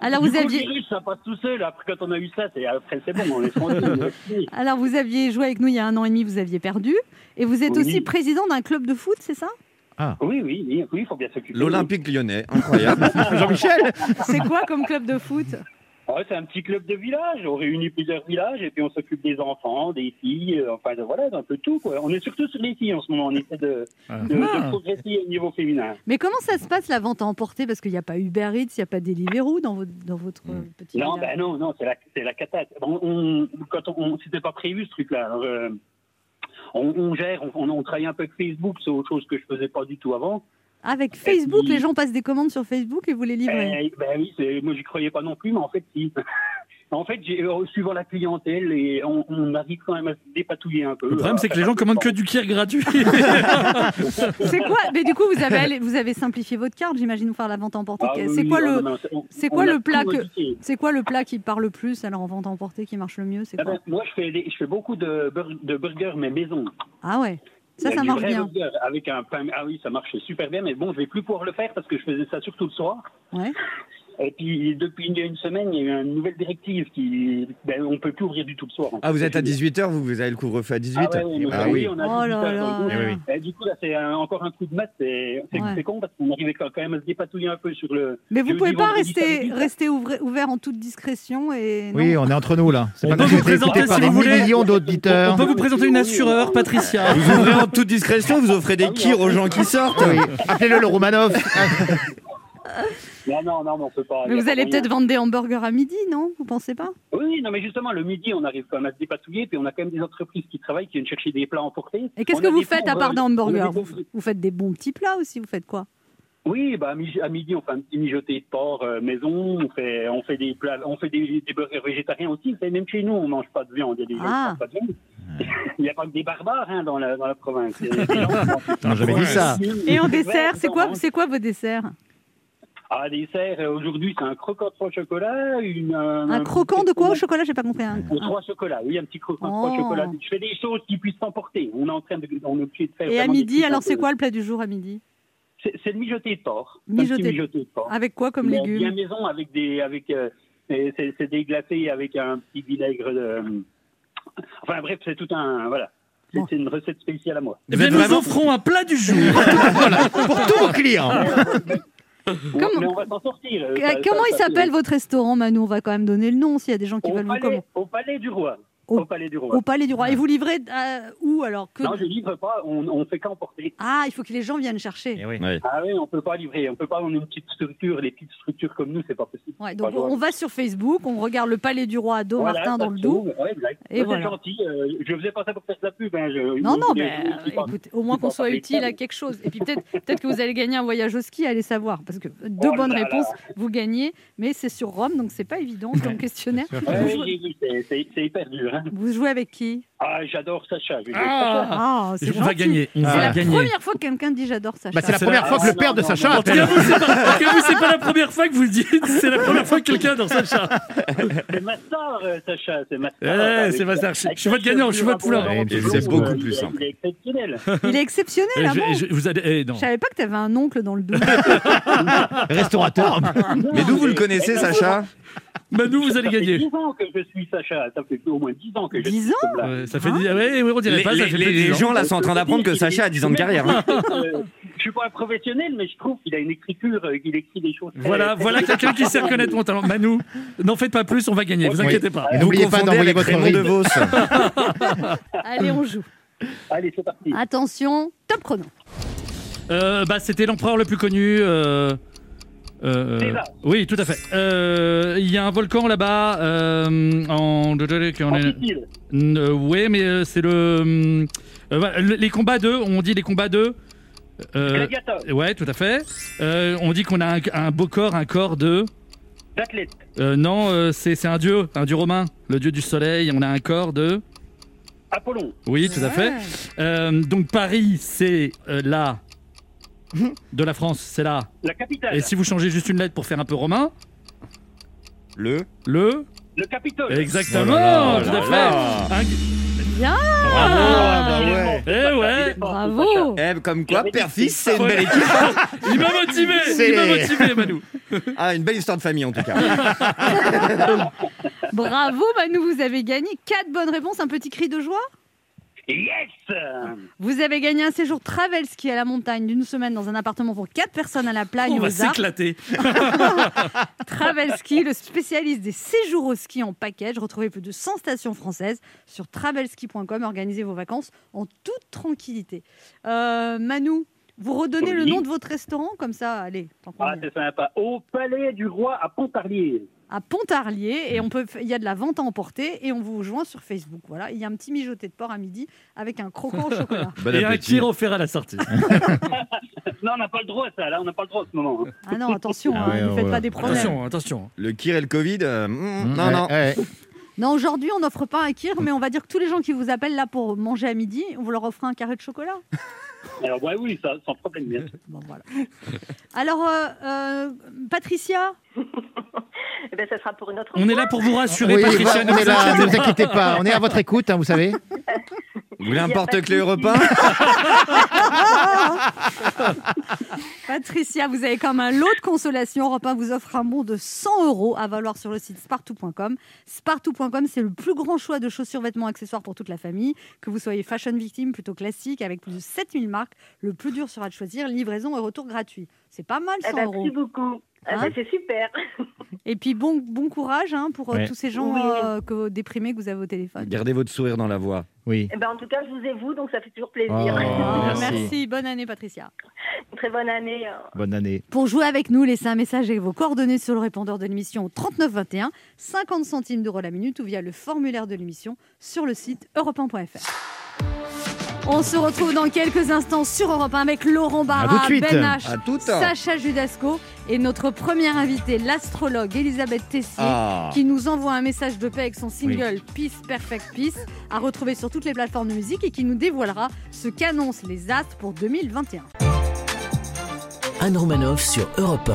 Speaker 3: Alors
Speaker 4: Du
Speaker 3: vous
Speaker 4: coup, le
Speaker 3: aviez,
Speaker 4: virus, ça passe tout seul. Après, quand on a eu ça, c'est après, c'est bon, on est tranquille.
Speaker 3: alors vous aviez joué avec nous il y a un an et demi, vous aviez perdu, et vous êtes
Speaker 4: Oui.
Speaker 3: aussi président d'un club de foot, c'est ça
Speaker 4: Oui, oui, oui, oui, il faut bien s'occuper.
Speaker 5: L'Olympique lyonnais, incroyable.
Speaker 6: Jean-Michel
Speaker 3: C'est quoi comme club de foot
Speaker 4: Ah, c'est un petit club de village. On réunit plusieurs villages et puis on s'occupe des enfants, des filles, euh, enfin, de- voilà, d'un peu tout, quoi. On est surtout sur les filles en ce moment. On essaie de,
Speaker 6: Ah.
Speaker 4: de,
Speaker 3: Ah.
Speaker 4: de progresser au niveau féminin.
Speaker 3: Mais comment ça se passe la vente à emporter Parce qu'il n'y a pas Uber Eats, il n'y a pas Deliveroo dans votre, dans votre euh, petit.
Speaker 4: Non,
Speaker 3: village.
Speaker 4: ben non, non, c'est la, c'est la cata. On, on- quand on, on- c'était pas prévu ce truc-là. Alors, euh, on, on gère, on, on, on travaille un peu avec Facebook, c'est autre chose que je faisais pas du tout avant.
Speaker 3: Ah, Avec Facebook,
Speaker 4: puis-
Speaker 3: les gens passent des commandes sur Facebook et vous les livrez.
Speaker 4: Eh, ben oui, c'est, moi j'y croyais pas non plus, mais en fait si. en fait, j'ai, euh, suivant la clientèle, et on, on arrive quand même à se dépatouiller un peu.
Speaker 7: Le problème c'est que les gens commandent que du kir gratuit.
Speaker 4: Eh,
Speaker 3: C'est quoi Mais du coup, vous avez, allé- vous avez simplifié votre carte, j'imagine, pour faire la vente à emporter.
Speaker 4: Ah, oui,
Speaker 3: c'est
Speaker 4: oui,
Speaker 3: quoi
Speaker 4: ah,
Speaker 3: le
Speaker 4: non, non, on-
Speaker 3: c'est
Speaker 4: on
Speaker 3: quoi
Speaker 4: a
Speaker 3: le
Speaker 4: tout
Speaker 3: plat que-
Speaker 4: modifié.
Speaker 3: c'est quoi le plat qui parle le plus alors en vente à emporter qui marche le mieux C'est
Speaker 4: Ah
Speaker 3: quoi
Speaker 4: ben, moi, je fais, des- je fais beaucoup de, bur- de burgers, mais maison.
Speaker 3: Ah ouais, ça,
Speaker 4: Avec
Speaker 3: ça
Speaker 4: du
Speaker 3: marche
Speaker 4: vrai
Speaker 3: bien.
Speaker 4: burger, avec un pain. Ah oui, ça marche super bien, mais bon, je vais plus pouvoir le faire parce que je faisais ça surtout le soir.
Speaker 3: Ouais.
Speaker 4: Et puis, depuis il y a une semaine, il y a eu une nouvelle directive qui. Ben, on peut plus ouvrir du tout le soir. en
Speaker 5: Ah,
Speaker 4: fait.
Speaker 5: vous êtes à
Speaker 4: C'est fini.
Speaker 5: 18h, vous, vous avez le couvre-feu à 18
Speaker 4: Ah, ouais, ouais, donc,
Speaker 5: Ah
Speaker 4: oui,
Speaker 5: oui.
Speaker 4: on a
Speaker 3: Oh
Speaker 4: 18
Speaker 3: là
Speaker 4: heures dans le euh,
Speaker 3: là.
Speaker 4: dos.
Speaker 6: Eh oui,
Speaker 4: Et du coup, là, c'est un- encore un coup de maths. C'est c'est-
Speaker 3: Ouais.
Speaker 4: c'est con parce qu'on arrivait quand même à se dépatouiller un peu sur le.
Speaker 3: Mais vous
Speaker 4: jeudi,
Speaker 3: pouvez pas
Speaker 4: vendredi,
Speaker 3: rester,
Speaker 4: samedi.
Speaker 3: rester ouvré- ouvert en toute discrétion et non.
Speaker 6: Oui, on est entre nous, là. C'est
Speaker 7: On
Speaker 6: pas
Speaker 7: peut
Speaker 6: comme si
Speaker 7: vous
Speaker 6: on était écouté
Speaker 7: présenter,
Speaker 6: par
Speaker 7: si
Speaker 6: des
Speaker 7: vous voulez.
Speaker 6: millions
Speaker 7: On
Speaker 6: d'auditeurs.
Speaker 7: peut vous présenter une assureur, Patricia.
Speaker 5: Vous ouvrez en toute discrétion, vous offrez
Speaker 4: Ah
Speaker 5: des
Speaker 4: oui,
Speaker 5: kirs aux gens qui sortent.
Speaker 6: Oui. Appelez-le le Romanov.
Speaker 4: Non, Ah non, non, mais on peut pas.
Speaker 3: Mais
Speaker 4: y a
Speaker 3: vous
Speaker 4: pas
Speaker 3: allez
Speaker 4: moyen.
Speaker 3: peut-être vendre des hamburgers à midi, non Vous pensez pas
Speaker 4: Oui, oui, non, mais justement, le midi, on arrive quand même à se dépatouiller, puis on a quand même des entreprises qui travaillent, qui viennent chercher des plats emportés.
Speaker 3: Et qu'est-ce
Speaker 4: On
Speaker 3: que
Speaker 4: a
Speaker 3: vous
Speaker 4: des
Speaker 3: faites à
Speaker 4: fours,
Speaker 3: part
Speaker 4: euh,
Speaker 3: des hamburgers
Speaker 4: on a des-
Speaker 3: vous, f- vous faites des bons petits plats aussi, vous faites quoi
Speaker 4: Oui, bah, à mi- à midi, on fait un petit mijoté de porc euh, maison, on fait, on fait des plats, on fait des, des burgers végétariens aussi, C'est même chez nous, on mange pas de viande, il y a des gens qui
Speaker 3: Ah.
Speaker 4: mangent pas de viande. Il n'y a pas que des barbares hein, dans, la, dans la province. Il y a des gens qui mangent-
Speaker 6: Non, j'avais dit ça.
Speaker 3: Et en
Speaker 4: Ouais,
Speaker 3: dessert, c'est quoi,
Speaker 4: hein.
Speaker 3: c'est quoi vos desserts
Speaker 4: Ah, dessert, euh, aujourd'hui, c'est un croquant de trois chocolats, une, euh,
Speaker 3: Un croquant de quoi au chocolat J'ai pas compris. un-
Speaker 4: Un trois chocolats, oui, un petit croquant de
Speaker 3: Oh.
Speaker 4: trois chocolats. Je fais des choses qui puissent s'emporter. On est en train de, on est obligé de faire.
Speaker 3: Et à
Speaker 4: vraiment des
Speaker 3: midi,
Speaker 4: trucs
Speaker 3: alors
Speaker 4: un
Speaker 3: c'est
Speaker 4: peu-
Speaker 3: quoi le plat du jour à midi
Speaker 4: C'est c'est le mijoté de porc. Un
Speaker 3: Mijoté.
Speaker 4: petit mijoté de porc.
Speaker 3: Avec quoi comme
Speaker 4: Mais Bien
Speaker 3: légumes
Speaker 4: maison avec des, avec, euh, c'est c'est- c'est déglacé avec un petit vinaigre. de- euh, Enfin bref, c'est tout un, voilà. C'est
Speaker 3: Bon.
Speaker 4: c'est une recette spéciale à moi.
Speaker 7: Eh bien,
Speaker 5: Vous êtes
Speaker 7: nous
Speaker 5: vraiment-
Speaker 7: offrons un plat du jour.
Speaker 6: Pour tous vos clients.
Speaker 4: On-
Speaker 3: Comment-
Speaker 4: Mais on va s'en sortir. euh,
Speaker 3: Euh,
Speaker 4: ça-
Speaker 3: Comment
Speaker 4: ça-
Speaker 3: il
Speaker 4: ça-
Speaker 3: s'appelle votre restaurant, Manu On va quand même donner le nom s'il y a des gens qui
Speaker 4: au
Speaker 3: veulent vous
Speaker 4: palais,
Speaker 3: commander.
Speaker 4: au palais du roi. Au, Palais du Roi.
Speaker 3: Au Palais du Roi. Et vous livrez euh, où alors que...
Speaker 4: Non, je livre pas, on, on fait qu'emporter.
Speaker 3: Ah, il faut que les gens viennent chercher.
Speaker 6: Bah,
Speaker 4: Ah oui, on peut pas livrer, on peut pas, on est une petite structure, les petites structures comme nous, c'est pas possible.
Speaker 3: Ouais, donc on va sur Facebook, on regarde le Palais du Roi à Dom
Speaker 4: Voilà,
Speaker 3: Martin
Speaker 4: ça
Speaker 3: dans le
Speaker 4: se
Speaker 3: Doubs.
Speaker 4: trouve. Ouais, exact.
Speaker 3: Et
Speaker 4: Ouais, c'est
Speaker 3: voilà.
Speaker 4: gentil, euh, je faisais pas ça pour faire de la pub. hein, je-
Speaker 3: Non, non,
Speaker 4: je-
Speaker 3: mais
Speaker 4: je- je-
Speaker 3: euh, écoutez, au moins qu'on soit utile à quelque chose. Et puis peut-être peut que vous allez gagner un voyage au ski, allez savoir. Parce que deux
Speaker 4: Oh
Speaker 3: bonnes
Speaker 4: là là.
Speaker 3: réponses, vous gagnez, mais c'est sur Rome, donc c'est pas évident comme questionnaire.
Speaker 4: Ouais,
Speaker 3: Vous
Speaker 4: ouais,
Speaker 3: jouez-
Speaker 4: j'ai vu, c'est- c'est c'est hyper dur. hein.
Speaker 3: Vous jouez avec qui
Speaker 4: Ah, j'adore Sacha. je-
Speaker 3: Ah, c'est
Speaker 7: On va
Speaker 3: gentil.
Speaker 7: gagner, on
Speaker 3: C'est
Speaker 7: va
Speaker 3: la
Speaker 7: gagner.
Speaker 3: première fois que quelqu'un dit j'adore Sacha.
Speaker 6: Bah, c'est la première fois que le père de Sacha
Speaker 7: En tout cas,
Speaker 6: appelle.
Speaker 7: vous, c'est pas, en tout cas, vous, c'est pas la première fois que vous le dites, c'est la première fois que quelqu'un dans sa chat.
Speaker 4: C'est ma star, euh, Sacha. C'est ma
Speaker 7: Ouais,
Speaker 4: star. Avec-
Speaker 7: c'est ma star. Je-
Speaker 4: avec
Speaker 7: je suis votre
Speaker 4: Sacha
Speaker 7: gagnant, je suis votre
Speaker 4: Boulain,
Speaker 7: poulain.
Speaker 4: Laurent
Speaker 5: Et
Speaker 4: Delon,
Speaker 5: c'est beaucoup
Speaker 4: euh,
Speaker 5: plus hein.
Speaker 4: il est- Il
Speaker 5: simple.
Speaker 4: est exceptionnel.
Speaker 3: Il est exceptionnel,
Speaker 7: Eh,
Speaker 3: ah
Speaker 7: je-
Speaker 3: bon
Speaker 7: je- vous allez, eh, non.
Speaker 3: Je savais pas que t'avais un oncle dans le dos.
Speaker 6: Restaurateur.
Speaker 5: Mais d'où vous le connaissez, Sacha
Speaker 7: Manu, Bah, vous allez
Speaker 4: Ça fait
Speaker 7: gagner.
Speaker 4: 10 ans que je suis Sacha. Ça fait au moins 10 ans que je
Speaker 3: 10
Speaker 4: suis Euh,
Speaker 3: ans
Speaker 4: comme là.
Speaker 7: Ouais, ça fait dix- ah ouais, ouais, on dirait
Speaker 5: Les,
Speaker 7: pas, ça
Speaker 5: les-
Speaker 7: fait
Speaker 5: les-
Speaker 7: peut-être dix
Speaker 5: les
Speaker 7: ans.
Speaker 5: gens là sont en train d'apprendre que Sacha a 10 ans de carrière. hein.
Speaker 4: Euh, Je suis pas un professionnel, mais je trouve qu'il a une écriture, euh, qu'il écrit des choses. très-
Speaker 7: Voilà,
Speaker 4: très-
Speaker 7: voilà quelqu'un qui sait reconnaître mon talent. Manu, n'en faites pas plus, on va gagner, vous
Speaker 6: Oui.
Speaker 7: inquiétez pas.
Speaker 6: Et
Speaker 5: Vous
Speaker 6: n'oubliez pas d'envoyer
Speaker 5: confondez avec
Speaker 6: votre
Speaker 5: Raymond
Speaker 6: ride.
Speaker 5: DeVos.
Speaker 3: Allez, on joue.
Speaker 4: Allez, c'est parti.
Speaker 3: Ah. Attention, top chrono.
Speaker 7: Euh, bah, c'était l'empereur le plus connu. euh, euh,
Speaker 4: César.
Speaker 7: oui, tout à fait. Euh, Il y a un volcan là-bas. euh, en...
Speaker 4: En Sicile.
Speaker 7: Euh, ouais, mais euh, c'est le. euh, voilà, le- les combats 2, on dit les combats 2. Euh,
Speaker 4: Gladiateur,
Speaker 7: ouais, tout à fait. Euh, on dit qu'on a un, un beau corps, un corps de.
Speaker 4: d'athlète,
Speaker 7: Euh, non, euh, c'est c'est un dieu, un dieu romain, le dieu du soleil. On a un corps de.
Speaker 4: Apollon,
Speaker 7: Oui, tout à fait. Euh, donc Paris, c'est euh, là. De la France, c'est là.
Speaker 4: la capitale,
Speaker 7: Et si vous changez juste une lettre pour faire un peu romain,
Speaker 5: Le
Speaker 7: le.
Speaker 4: le Capitole.
Speaker 7: Exactement,
Speaker 5: Oh là là,
Speaker 7: tout
Speaker 5: oh là
Speaker 7: à fait.
Speaker 5: là.
Speaker 7: Un-
Speaker 3: Bien
Speaker 5: bah
Speaker 7: Ah,
Speaker 6: bah
Speaker 4: Il est fort,
Speaker 7: Eh
Speaker 4: Sacha, il
Speaker 7: ouais.
Speaker 4: est fort, Sacha.
Speaker 3: Bravo
Speaker 5: Eh, comme quoi,
Speaker 4: J'avais dit-
Speaker 5: Perfis, c'est une
Speaker 7: Ouais.
Speaker 5: belle équipe.
Speaker 7: Il m'a motivé, il m'a motivé, Manu.
Speaker 5: Ah, une belle histoire de famille en tout cas.
Speaker 3: Bravo, Manu, vous avez gagné. Quatre bonnes réponses, un petit cri de joie.
Speaker 4: Yes
Speaker 3: Vous avez gagné un séjour travel ski à la montagne d'une semaine dans un appartement pour quatre personnes à la plage
Speaker 4: Oh, bah,
Speaker 7: On va
Speaker 3: aux Arcs.
Speaker 7: s'éclater.
Speaker 3: Travel Ski, le spécialiste des séjours au ski en package. Retrouvez plus de 100 stations françaises sur travelski.com. Organisez vos vacances en toute tranquillité. Euh, Manu, vous redonnez le
Speaker 4: Oui.
Speaker 3: nom de votre restaurant comme ça Allez, t'en prends
Speaker 4: Ah,
Speaker 3: bien.
Speaker 4: c'est sympa. Au Palais du Roi à Pontarlier.
Speaker 3: à Pontarlier et on peut, il y a de la vente à emporter et on vous joint sur Facebook. Voilà, il y a un petit mijoté de porc à midi avec un croquant au chocolat.
Speaker 5: Bon
Speaker 7: Et un
Speaker 5: appétit.
Speaker 7: tir offert à la sortie.
Speaker 4: Non, on n'a pas le droit à ça, là, on n'a pas le droit en ce moment.
Speaker 3: Ah non, attention,
Speaker 6: Ah
Speaker 3: hein,
Speaker 6: ouais,
Speaker 3: ne
Speaker 6: ouais,
Speaker 3: faites
Speaker 6: ouais.
Speaker 3: pas des problèmes.
Speaker 7: attention, attention.
Speaker 5: Le Kir et le Covid, euh, mm, non,
Speaker 6: Hmm. Ouais,
Speaker 5: non.
Speaker 6: ouais.
Speaker 3: Non, aujourd'hui, on n'offre pas un kir, mais on va dire que tous les gens qui vous appellent là pour manger à midi, on vous leur offre un carré de chocolat.
Speaker 4: Alors, ouais, oui, ça, sans problème. bien sûr.
Speaker 3: Bon, voilà. Alors, euh, euh, Patricia,
Speaker 1: Eh ben, ça sera pour une autre
Speaker 7: On est là pour vous rassurer,
Speaker 6: Oui, voilà,
Speaker 7: Patricia. ne
Speaker 6: on est
Speaker 7: vous
Speaker 6: là,
Speaker 7: inquiétez
Speaker 6: ne vous inquiétez pas, on est à votre écoute, hein, vous savez.
Speaker 5: Vous voulez un porte-clés européen
Speaker 3: Patricia, vous avez comme un lot de consolation. Europe 1 vous offre un bon de 100 euros à valoir sur le site spartou.com. Spartou.com, c'est le plus grand choix de chaussures, vêtements, accessoires pour toute la famille. Que vous soyez fashion victime, plutôt classique, avec plus de 7000 marques, le plus dur sera de choisir livraison et retour gratuit. C'est pas mal
Speaker 1: Eh
Speaker 3: 100
Speaker 1: ben,
Speaker 3: euros.
Speaker 1: merci beaucoup. Eh ben,
Speaker 3: Hein
Speaker 1: c'est super.
Speaker 3: Et puis bon, bon courage hein, pour euh,
Speaker 6: Ouais.
Speaker 3: tous ces gens
Speaker 1: Oui.
Speaker 3: euh, que, déprimés que vous avez au téléphone.
Speaker 5: Gardez votre sourire dans la voix.
Speaker 6: Oui.
Speaker 1: Eh ben, en tout cas, je vous ai vous, donc ça fait toujours plaisir.
Speaker 6: Oh.
Speaker 3: Ah,
Speaker 6: Merci.
Speaker 3: bonne année Patricia.
Speaker 1: Très bonne année. hein.
Speaker 6: Bonne année.
Speaker 3: Pour jouer avec nous, laissez un message avec vos coordonnées sur le répondeur de l'émission au 3921, 50 centimes d'euros la minute ou via le formulaire de l'émission sur le site europe On se retrouve dans quelques instants sur Europe 1 avec Laurent
Speaker 6: À tout de
Speaker 3: Barra,
Speaker 6: suite.
Speaker 3: Ben H,
Speaker 5: À tout à
Speaker 3: Sacha Judasco et notre première invitée, l'astrologue Elisabeth Tessier.
Speaker 5: Ah.
Speaker 3: qui nous envoie un message de paix avec son single Peace Perfect Peace, à retrouver sur toutes les plateformes de musique et qui nous dévoilera ce qu'annoncent les astres pour 2021.
Speaker 2: Anne Romanoff sur Europe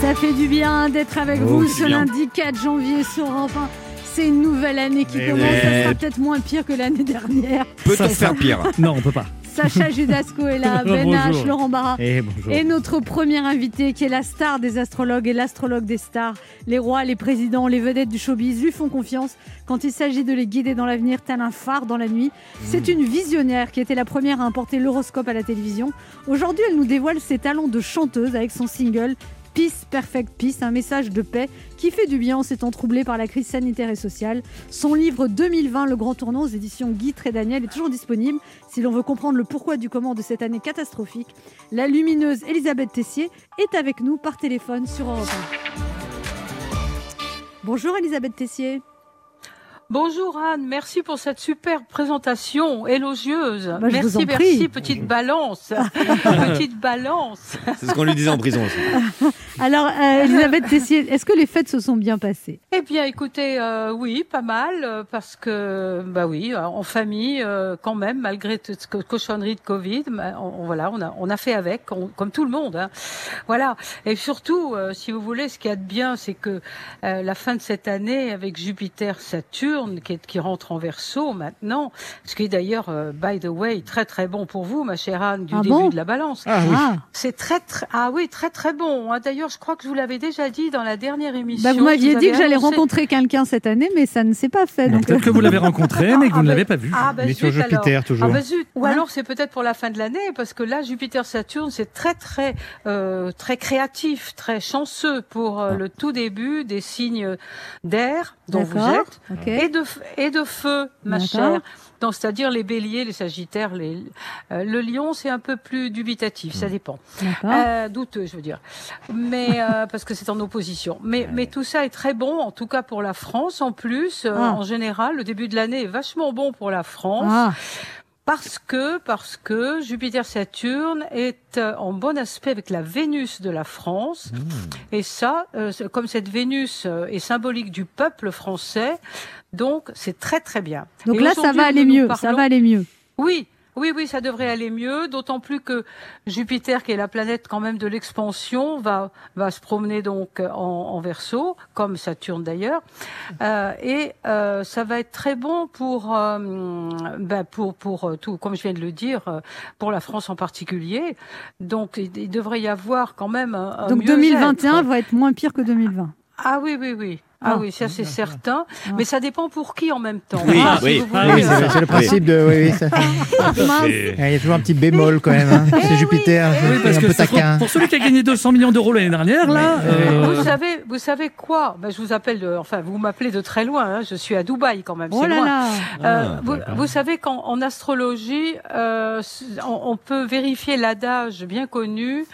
Speaker 3: Ça fait du bien d'être avec
Speaker 5: Oh,
Speaker 3: vous
Speaker 5: c'est
Speaker 3: ce
Speaker 5: bien.
Speaker 3: lundi 4 janvier sur Europe 1. C'est une nouvelle année qui
Speaker 6: Mais
Speaker 3: commence,
Speaker 5: Eh ouais.
Speaker 3: ça sera peut-être moins pire que l'année dernière.
Speaker 5: Peut-on
Speaker 7: Ça, ça-
Speaker 5: faire pire
Speaker 7: pas. Non, on peut pas.
Speaker 3: Sacha Judasco est là, Ben H,
Speaker 7: Bonjour.
Speaker 3: Laurent Barra.
Speaker 6: Et Eh, bonjour.
Speaker 3: Et notre première invitée, qui est la star des astrologues et l'astrologue des stars, les rois, les présidents, les vedettes du showbiz, lui font confiance quand il s'agit de les guider dans l'avenir, tel un phare dans la nuit. C'est une visionnaire qui était la première à importer l'horoscope à la télévision. Aujourd'hui, elle nous dévoile ses talents de chanteuse avec son single Peace, Perfect Peace, un message de paix qui fait du bien en s'étant troublé par la crise sanitaire et sociale. Son livre 2020, Le Grand Tournant aux éditions Guy et Daniel est toujours disponible si l'on veut comprendre le pourquoi du comment de cette année catastrophique. La lumineuse Elisabeth Tessier est avec nous par téléphone sur Europe 1. Bonjour Elisabeth Tessier.
Speaker 9: Bonjour Anne, merci pour cette superbe présentation élogieuse.
Speaker 3: Bah, je
Speaker 9: merci,
Speaker 3: vous en
Speaker 9: merci,
Speaker 3: prie.
Speaker 9: petite balance. petite balance.
Speaker 5: C'est ce qu'on lui disait en prison aussi.
Speaker 3: Alors, euh, Elisabeth Tessier, est-ce que les fêtes se sont bien passées
Speaker 9: Eh bien, écoutez, euh, oui, pas mal, euh, parce que, bah oui, en famille, euh, quand même, malgré toute cette co- cochonnerie de Covid, bah, on, on- voilà, on a, on a fait avec, on- comme tout le monde. hein. Voilà. Et surtout, euh, si vous voulez, ce qu'il y a de bien, c'est que euh, la fin de cette année, avec Jupiter, Saturne, qui, est- qui rentre en verso maintenant, ce qui est d'ailleurs, euh, by the way, très très bon pour vous, ma chère Anne, du
Speaker 3: Ah
Speaker 9: début
Speaker 3: bon
Speaker 9: de la balance.
Speaker 3: Ah oui. Ah.
Speaker 9: C'est très, très, ah oui, très très bon. hein. D'ailleurs, je crois que je vous l'avais déjà dit dans la dernière émission.
Speaker 3: Bah, Vous m'aviez
Speaker 9: avez
Speaker 3: dit que j'allais
Speaker 9: annoncé-
Speaker 3: rencontrer quelqu'un cette année, mais ça ne s'est pas fait.
Speaker 7: Bon,
Speaker 3: donc,
Speaker 7: Peut-être que vous l'avez rencontré, mais que vous ne l'avez pas vu.
Speaker 9: Ah bah
Speaker 7: Mais
Speaker 9: zut, alors. Ah bah zut. Ou
Speaker 7: Hein
Speaker 9: alors c'est peut-être pour la fin de l'année, parce que là, Jupiter-Saturne, c'est très très euh, très créatif, très chanceux pour euh, le tout début des signes d'air dont vous
Speaker 3: D'accord,
Speaker 9: êtes
Speaker 3: ok.
Speaker 9: et de f- et de feu, ma
Speaker 3: D'accord.
Speaker 9: chère. Donc, c'est-à-dire les béliers, les sagittaires, les, euh, le lion, c'est un peu plus dubitatif, ça dépend.
Speaker 3: D'accord.
Speaker 9: Euh, douteux, je veux dire. Mais, euh, parce que c'est en opposition. Mais, mais tout ça est très bon, en tout cas pour la France, en plus. Euh,
Speaker 3: Ah.
Speaker 9: En général, le début de l'année est vachement bon pour la France.
Speaker 3: Ah.
Speaker 9: Parce que, parce que Jupiter-Saturne est euh, en bon aspect avec la Vénus de la France. Et ça, euh, c'est- comme cette Vénus euh, est symbolique du peuple français, donc c'est très très bien.
Speaker 3: donc
Speaker 9: Et
Speaker 3: là, ça
Speaker 9: aujourd'hui,
Speaker 3: va
Speaker 9: nous
Speaker 3: aller
Speaker 9: nous
Speaker 3: mieux. Ça
Speaker 9: parlons-
Speaker 3: va aller mieux.
Speaker 9: oui, oui, oui, ça devrait aller mieux, d'autant plus que Jupiter, qui est la planète quand même de l'expansion, va, va se promener donc en, en verso, comme Saturne d'ailleurs. Euh, et euh, ça va être très bon pour, euh, hum, ben pour, pour euh, tout, comme je viens de le dire, euh, pour la France en particulier. Donc il, il devrait y avoir quand même un, un
Speaker 3: Donc
Speaker 9: mieux-être.
Speaker 3: 2021 va être moins pire que 2020.
Speaker 9: Ah oui, oui, oui. Ah,
Speaker 3: Ah.
Speaker 9: oui, ça c'est certain. Mais ça dépend pour qui en même temps.
Speaker 6: Oui,
Speaker 9: Ah, si
Speaker 6: oui.
Speaker 9: vous
Speaker 6: Ah
Speaker 9: voulez,
Speaker 6: oui,
Speaker 9: euh,
Speaker 6: c'est c'est le principe de. Oui, oui, ça-
Speaker 5: Ah,
Speaker 3: Ah,
Speaker 9: Mince.
Speaker 6: Il y a toujours un petit bémol quand même. hein.
Speaker 9: Eh
Speaker 6: C'est Jupiter,
Speaker 7: Oui,
Speaker 6: c'est
Speaker 7: parce
Speaker 6: un
Speaker 7: que
Speaker 6: peu
Speaker 7: ça se trouve,
Speaker 6: taquin.
Speaker 7: pour celui qui a gagné 200 millions d'euros l'année dernière, là. euh,
Speaker 9: Vous savez, vous savez quoi Ben, Je vous appelle, de- enfin, vous m'appelez de très loin. hein. Je suis à Dubaï quand même.
Speaker 3: Oh
Speaker 9: c'est
Speaker 3: là
Speaker 9: loin.
Speaker 3: là.
Speaker 9: Euh,
Speaker 3: Ah,
Speaker 9: vous,
Speaker 3: d'accord.
Speaker 9: vous savez qu'en en astrologie, euh, s- on, on peut vérifier l'adage bien connu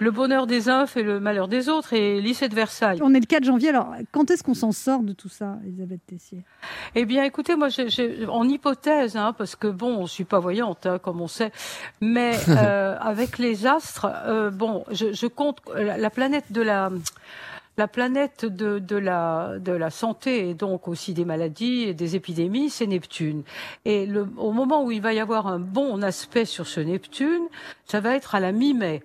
Speaker 9: le bonheur des uns fait le malheur des autres. Et lycée de Versailles.
Speaker 3: On est le 4 janvier. Alors, quand est-ce qu'on s'en sort de tout ça, Elisabeth Tessier
Speaker 9: Eh bien, écoutez, moi, j'ai- j'ai- en hypothèse, hein, parce que bon, je suis pas voyante, hein, comme on sait, mais euh, avec les astres, euh, bon, je, je compte euh, la, la planète de la la planète de, de la, de la santé et donc aussi des maladies et des épidémies, c'est Neptune. Et le, au moment où il va y avoir un bon aspect sur ce Neptune, ça va être à la mi-mai.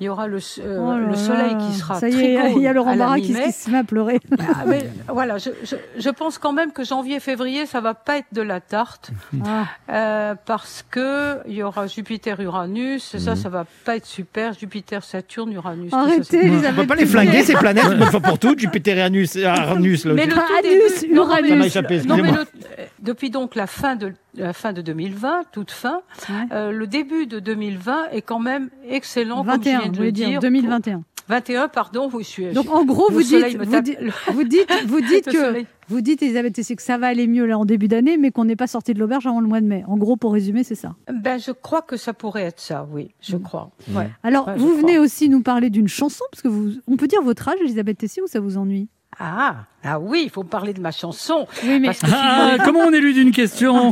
Speaker 9: Il y aura le, s- euh,
Speaker 3: Oh là
Speaker 9: le soleil
Speaker 3: là.
Speaker 9: qui sera
Speaker 3: Ça y est, il y a
Speaker 9: trigone à
Speaker 3: Laurent
Speaker 9: la
Speaker 3: Barra qui, se-
Speaker 9: mi-mai.
Speaker 3: qui se met à pleurer.
Speaker 9: Ah, mais voilà, je, je, je pense quand même que janvier-février, ça va pas être de la tarte
Speaker 3: Ah,
Speaker 9: euh, parce que il y aura Jupiter-Uranus, ça, ça va pas être super. Jupiter, Saturne, Uranus. tout ça, c'est-
Speaker 10: On peut pas les flinguer ces planètes une bonne fois pour toutes, Jupiter et Anus, Arnus. là,
Speaker 9: Mais
Speaker 10: ok.
Speaker 9: le tout
Speaker 3: Anus,
Speaker 9: début- non, mais
Speaker 10: Uranus.
Speaker 9: le-
Speaker 10: Ça m'a échappé,
Speaker 9: non, mais
Speaker 10: excusez-moi.
Speaker 9: le- euh, depuis donc la fin de la fin de 2020, toute fin, euh, le début de 2020 est quand même excellent. comme je viens
Speaker 3: 21,
Speaker 9: de
Speaker 3: je
Speaker 9: le
Speaker 3: voulais dire,
Speaker 9: dire.
Speaker 3: 2021.
Speaker 9: 21, pardon, oui, je suis.
Speaker 3: Donc
Speaker 9: je-
Speaker 3: en gros,
Speaker 9: le
Speaker 3: vous
Speaker 9: soleil
Speaker 3: dites,
Speaker 9: me
Speaker 3: vous
Speaker 9: tape-
Speaker 3: dites, vous dites, vous dites
Speaker 9: Le
Speaker 3: que,
Speaker 9: soleil.
Speaker 3: vous dites, Elisabeth Tessier, que ça va aller mieux là en début d'année, mais qu'on n'est pas sorti de l'auberge avant le mois de mai. En gros, pour résumer, c'est ça.
Speaker 9: Ben, je crois que ça pourrait être ça, oui,
Speaker 3: Mm.
Speaker 9: je crois. Ouais.
Speaker 3: Alors,
Speaker 9: Ouais, je
Speaker 3: vous venez
Speaker 9: crois.
Speaker 3: aussi nous parler d'une chanson, parce que vous, on peut dire votre âge, Elisabeth Tessier, ou ça vous ennuie
Speaker 9: Ah, ah oui, il faut parler de ma chanson.
Speaker 3: Oui, mais-
Speaker 9: Parce que si vous,
Speaker 7: Ah,
Speaker 9: voulez-
Speaker 7: comment on est lu d'une question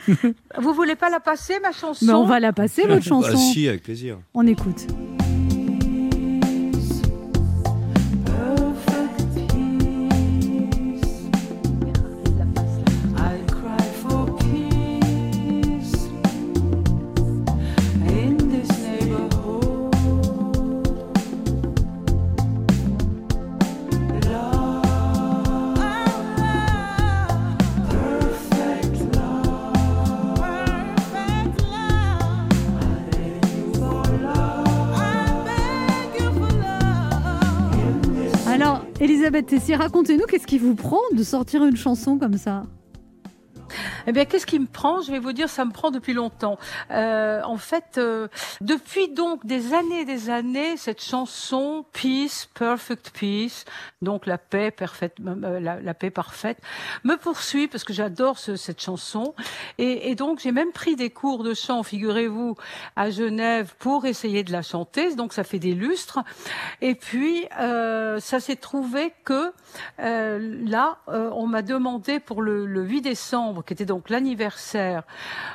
Speaker 9: vous voulez pas la passer, ma chanson
Speaker 3: Mais Bah, on va la passer,
Speaker 10: Bah,
Speaker 3: votre chanson.
Speaker 5: bah, avec plaisir.
Speaker 3: On écoute.
Speaker 11: I cry for peace in this neighborhood. Love, perfect love, perfect love. I beg you for love, I beg you for love in this.
Speaker 3: Alors, Elisabeth Tessier, racontez-nous qu'est-ce qui vous prend de sortir une chanson comme ça
Speaker 9: Eh bien, qu'est-ce qui me prend Je vais vous dire, ça me prend depuis longtemps. Euh, en fait, euh, depuis donc des années et des années, cette chanson Peace, Perfect Peace, donc la paix parfaite, euh, la, la paix parfaite, me poursuit parce que j'adore ce- cette chanson. Et, et donc, j'ai même pris des cours de chant, figurez-vous, à Genève pour essayer de la chanter. Donc, ça fait des lustres. Et puis, euh, ça s'est trouvé que euh, là, euh, on m'a demandé pour le, le 8 décembre, qui était donc l'anniversaire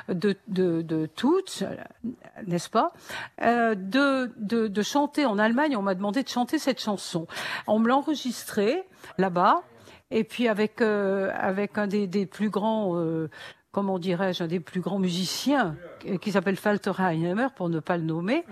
Speaker 9: de, de, de Toots, euh, n'est-ce pas, euh, de, de, de chanter en Allemagne. On m'a demandé de chanter cette chanson. On me l'a enregistrée là-bas. Et puis avec euh, avec un des, des plus grands, euh, comment dirais-je, un des plus grands musiciens euh, qui s'appelle Falter Heinheimer pour ne pas le nommer.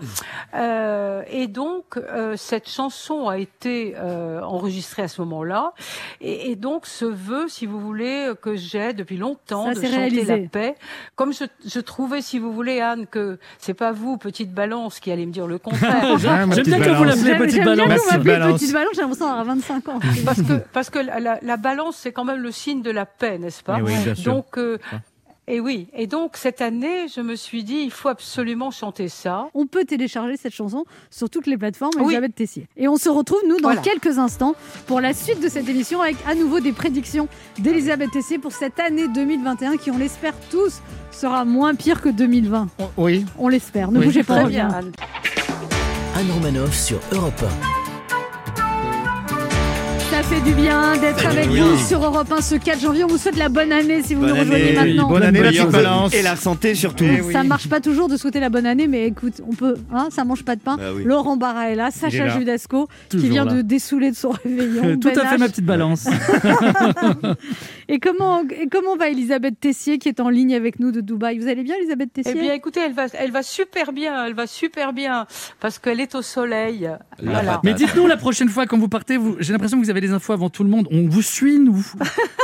Speaker 9: Euh, et donc euh, cette chanson a été euh, enregistrée à ce moment-là. Et, et donc ce vœu, si vous voulez, euh, que j'ai depuis longtemps
Speaker 3: Ça,
Speaker 9: de
Speaker 3: c'est
Speaker 9: chanter
Speaker 3: réalisé.
Speaker 9: la paix. Comme je, je trouvais, si vous voulez, Anne, que c'est pas vous, petite balance, qui allez me dire le contraire.
Speaker 12: J'aime ma J'aime petite bien que vous balance. l'appelez
Speaker 9: J'aime-
Speaker 12: petite
Speaker 9: j'aime bien
Speaker 12: balance.
Speaker 9: qu'on m'appelle
Speaker 12: Petite balance.
Speaker 9: petite
Speaker 3: balance, j'ai l'impression d'avoir 25 ans.
Speaker 9: parce que, parce que la, la- la balance, c'est quand même le signe de la paix, n'est-ce pas
Speaker 12: Eh oui, bien sûr.
Speaker 9: Donc, euh, et oui. Et donc, cette année, je me suis dit, il faut absolument chanter ça.
Speaker 3: On peut télécharger cette chanson sur toutes les plateformes,
Speaker 9: Oui.
Speaker 3: Elisabeth Tessier. Et on se retrouve, nous, dans
Speaker 9: Voilà.
Speaker 3: quelques instants pour la suite de cette émission avec à nouveau des prédictions d'Elisabeth Tessier pour cette année 2021 qui, on l'espère tous, sera moins pire que 2020.
Speaker 6: Oui.
Speaker 3: On l'espère. Ne
Speaker 2: Oui.
Speaker 3: bougez pas.
Speaker 2: Très
Speaker 3: on revient.
Speaker 2: bien, Anne. Anne Romanoff sur Europe
Speaker 3: Ça fait du bien d'être
Speaker 2: Ça fait
Speaker 3: avec
Speaker 2: du
Speaker 3: vous
Speaker 2: bien.
Speaker 3: sur Europe 1 ce 4 janvier. On vous souhaite la bonne année si vous nous rejoignez maintenant.
Speaker 5: bonne année, la
Speaker 6: Meilleurs
Speaker 5: petite
Speaker 6: vœux.
Speaker 5: balance. Et la santé surtout.
Speaker 7: Eh
Speaker 3: Eh Ça marche pas toujours de souhaiter la bonne année, mais écoute, on peut, hein, ça mange pas de pain.
Speaker 5: Bah oui.
Speaker 3: Laurent Barra est là,
Speaker 7: Il est
Speaker 3: Sacha
Speaker 7: là.
Speaker 3: Judasco, qui
Speaker 7: Toujours
Speaker 3: vient
Speaker 7: là. Euh,
Speaker 3: de dessouler de son réveillon.
Speaker 7: Tout
Speaker 3: Ben
Speaker 7: à fait,
Speaker 3: H.
Speaker 7: ma petite balance.
Speaker 3: Et comment, et comment va Elisabeth Tessier qui est en ligne avec nous de Dubaï Vous allez bien, Elisabeth Tessier
Speaker 9: Eh bien, écoutez, elle va, elle va super bien, elle va super bien, parce qu'elle est au soleil. Voilà.
Speaker 7: Mais dites-nous la prochaine fois quand vous partez, vous- j'ai l'impression que vous avez les infos avant tout le monde. On vous suit, nous.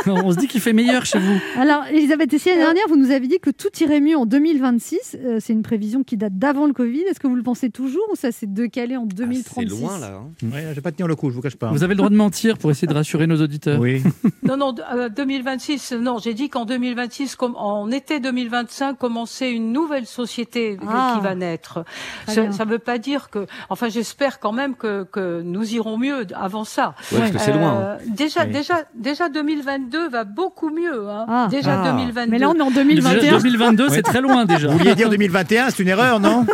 Speaker 7: On se dit qu'il fait meilleur chez vous.
Speaker 3: Alors, Elisabeth Tessier,
Speaker 9: euh,
Speaker 3: l'année dernière, vous nous avez dit que tout irait mieux en 2026. Euh, c'est une prévision qui date d'avant le Covid. Est-ce que vous le pensez toujours ou ça s'est décalé
Speaker 7: Ah,
Speaker 3: en 2036
Speaker 5: hein.
Speaker 6: Ouais, je vais pas tenir le coup, je vous euh, cache pas.
Speaker 7: Vous avez le droit de mentir pour essayer de rassurer nos auditeurs.
Speaker 6: Ah. Oui.
Speaker 9: Non, non, d- euh, 2026, non, j'ai dit qu'en 2026, comme en été 2025, commençait une nouvelle société
Speaker 3: Ah.
Speaker 9: qui va naître.
Speaker 3: Très
Speaker 9: Ça
Speaker 3: bien.
Speaker 9: ne veut pas dire que, enfin, j'espère quand même que, que nous irons mieux d- avant ça. Euh,
Speaker 12: Ouais, parce que c'est loin, hein.
Speaker 9: Déjà,
Speaker 12: Oui.
Speaker 9: déjà, déjà 2022 va beaucoup mieux, hein.
Speaker 3: Ah.
Speaker 9: Déjà
Speaker 6: Ah.
Speaker 9: 2022.
Speaker 3: Mais là, on est en
Speaker 6: 2021.
Speaker 7: 2022,
Speaker 6: Ouais.
Speaker 7: c'est très loin déjà.
Speaker 6: Vous vouliez dire 2021, c'est une erreur, non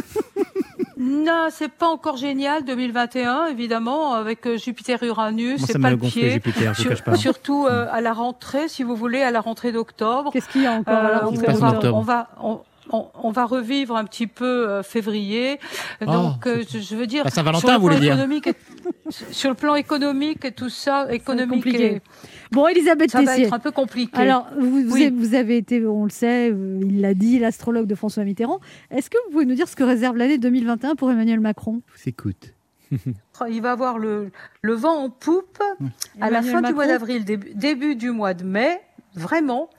Speaker 9: Non, c'est pas encore génial 2021, évidemment, avec euh, Jupiter-Uranus,
Speaker 6: Moi, ça
Speaker 9: c'est
Speaker 6: me
Speaker 9: pas le
Speaker 6: gonflait,
Speaker 9: pied.
Speaker 6: Jupiter, je vous
Speaker 9: Sur-
Speaker 6: cache pas.
Speaker 9: Surtout euh, à la rentrée, si vous voulez, à la rentrée d'octobre.
Speaker 3: Qu'est-ce qu'il y a encore à la
Speaker 9: Euh,
Speaker 3: rentrée
Speaker 9: on,
Speaker 3: d'octobre
Speaker 9: va, on va- on- on- on va revivre un petit peu euh, février. Donc, euh, je, je veux dire,
Speaker 6: La Saint-Valentin,
Speaker 9: sur le
Speaker 6: vous
Speaker 9: plan
Speaker 6: voulez dire.
Speaker 9: économique et- sur le plan économique et tout ça, économique
Speaker 3: compliqué.
Speaker 9: et-
Speaker 3: Bon, Elisabeth
Speaker 9: ça va
Speaker 3: Tessier.
Speaker 9: être un peu compliqué.
Speaker 3: Alors, vous, vous
Speaker 9: Oui.
Speaker 3: avez- vous avez été, on le sait, euh, il l'a dit, l'astrologue de François Mitterrand. Est-ce que vous pouvez nous dire ce que réserve l'année 2021 pour Emmanuel Macron
Speaker 6: S'écoute.
Speaker 9: Oh, Il va avoir le, le vent en poupe à la
Speaker 3: Emmanuel
Speaker 9: fin du mois
Speaker 3: Macron.
Speaker 9: d'avril, début, début du mois de mai, vraiment.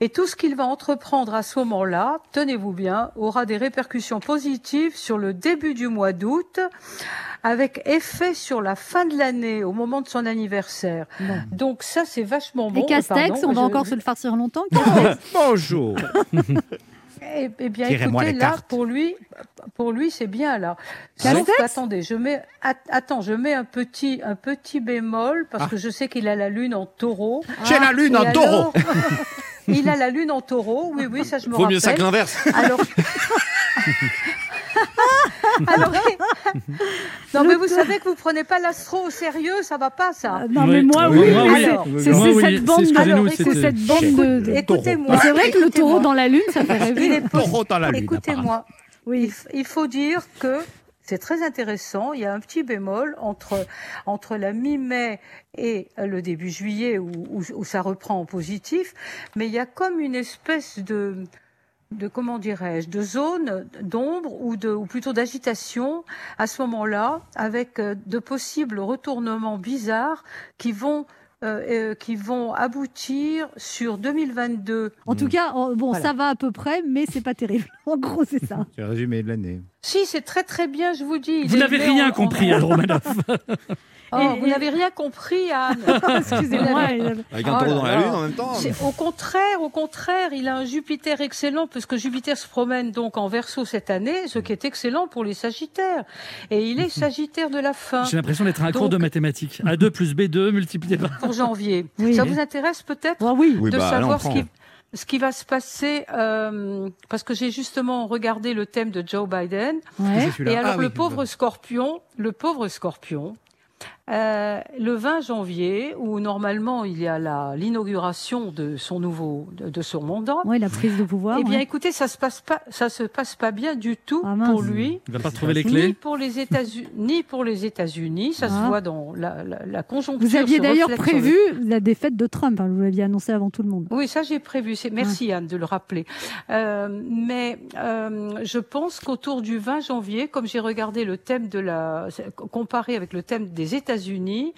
Speaker 9: Et tout ce qu'il va entreprendre à ce moment-là, tenez-vous bien, aura des répercussions positives sur le début du mois d'août, avec effet sur la fin de l'année, au moment de son anniversaire. Donc ça, c'est vachement bon.
Speaker 3: Et Castex,
Speaker 9: Pardon,
Speaker 3: on va
Speaker 9: je-
Speaker 3: encore se le farcir longtemps
Speaker 6: Bonjour.
Speaker 9: Eh, eh bien,
Speaker 6: Tirez-moi
Speaker 9: écoutez,
Speaker 6: les
Speaker 9: là,
Speaker 6: cartes.
Speaker 9: pour lui, pour lui, c'est bien là.
Speaker 6: Castex
Speaker 9: Sauf qu'attendez, je mets, at- attends, je mets un petit, un petit bémol parce
Speaker 6: Ah.
Speaker 9: que je sais qu'il a la lune en Taureau.
Speaker 6: J'ai la lune
Speaker 9: Ah, Et
Speaker 6: en
Speaker 9: alors-
Speaker 6: Taureau.
Speaker 9: Il a la lune en Taureau. Oui, oui, ça je me
Speaker 12: Vaut
Speaker 9: rappelle.
Speaker 12: mieux ça que l'inverse.
Speaker 9: Alors. Alors, non mais vous savez que vous prenez pas l'astro au sérieux, ça va pas ça.
Speaker 3: Non, mais moi, oui. Alors, C'est c'est cette bande
Speaker 9: Alors,
Speaker 3: de. C'est
Speaker 9: écoutez-
Speaker 3: cette bande de.
Speaker 9: Écoutez-moi.
Speaker 3: C'est vrai que le taureau
Speaker 9: Écoutez-moi.
Speaker 3: dans la lune, ça fait rêver.
Speaker 9: Il est possi-
Speaker 6: dans la lune,
Speaker 9: Écoutez-moi, il, f- il faut dire que c'est très intéressant. Il y a un petit bémol entre, entre la mi-mai et euh, le début juillet où, où- où ça reprend en positif, mais il y a comme une espèce de de comment dirais-je de zone d'ombre ou de ou plutôt d'agitation à ce moment-là avec euh, de possibles retournements bizarres qui vont euh, euh, qui vont aboutir sur 2022
Speaker 3: En tout cas, en- bon,
Speaker 9: Voilà.
Speaker 3: ça va à peu près, mais c'est pas terrible. En gros, c'est ça.
Speaker 6: C'est le résumé de l'année.
Speaker 9: Si, c'est très très bien, je vous dis. Il
Speaker 7: Vous
Speaker 9: est
Speaker 7: n'avez
Speaker 9: né
Speaker 7: rien
Speaker 9: en-
Speaker 7: compris,
Speaker 9: en-
Speaker 7: Anne Romanoff.
Speaker 9: Et- vous n'avez rien compris, Anne.
Speaker 3: Excusez-moi,
Speaker 9: Vous n'avez-
Speaker 13: Avec un taureau dans la
Speaker 9: là
Speaker 13: lune
Speaker 9: là.
Speaker 13: en même temps.
Speaker 9: C'est- Au contraire, au contraire, il a un Jupiter excellent puisque Jupiter se promène donc en Verseau cette année, ce qui est excellent pour les Sagittaires. Et il est
Speaker 12: Mhm.
Speaker 9: Sagittaire de la fin.
Speaker 7: J'ai l'impression d'être à un cours de
Speaker 9: Donc,
Speaker 7: mathématiques. A2 plus B2 multiplié par.
Speaker 9: pour janvier.
Speaker 7: Oui.
Speaker 9: Ça vous intéresse peut-être
Speaker 7: oui.
Speaker 9: de
Speaker 7: Oui, bah, allons,
Speaker 9: savoir ce qui,
Speaker 7: prends.
Speaker 9: ce qui va se passer euh, parce que j'ai justement regardé le thème de Joe Biden.
Speaker 3: Ouais.
Speaker 12: C'est celui-là.
Speaker 9: Eh, Et alors
Speaker 12: Ah oui,
Speaker 9: le pauvre scorpion, le pauvre scorpion. euh, le 20 janvier, où normalement il y a la- l'inauguration de son nouveau, de, de son mandat.
Speaker 3: la prise de pouvoir.
Speaker 9: Eh bien,
Speaker 3: ouais. Ah,
Speaker 9: écoutez, ça se passe pas, ça se passe pas bien du tout
Speaker 3: mince.
Speaker 9: pour lui.
Speaker 7: Il va pas trouver les
Speaker 9: Ni
Speaker 7: clés.
Speaker 9: pour les États-Unis, ni pour les États-Unis. Ça
Speaker 3: Ah.
Speaker 9: se voit dans la, la- la conjoncture.
Speaker 3: Vous aviez
Speaker 9: se
Speaker 3: d'ailleurs
Speaker 9: reflète sur le-
Speaker 3: prévu la défaite de Trump, hein, vous l'aviez annoncé avant tout le monde.
Speaker 9: oui, ça j'ai prévu. C'est merci Anne de le rappeler. Euh, mais euh, je pense qu'autour du 20 janvier, comme j'ai regardé le thème de la comparé avec le thème des États-Unis,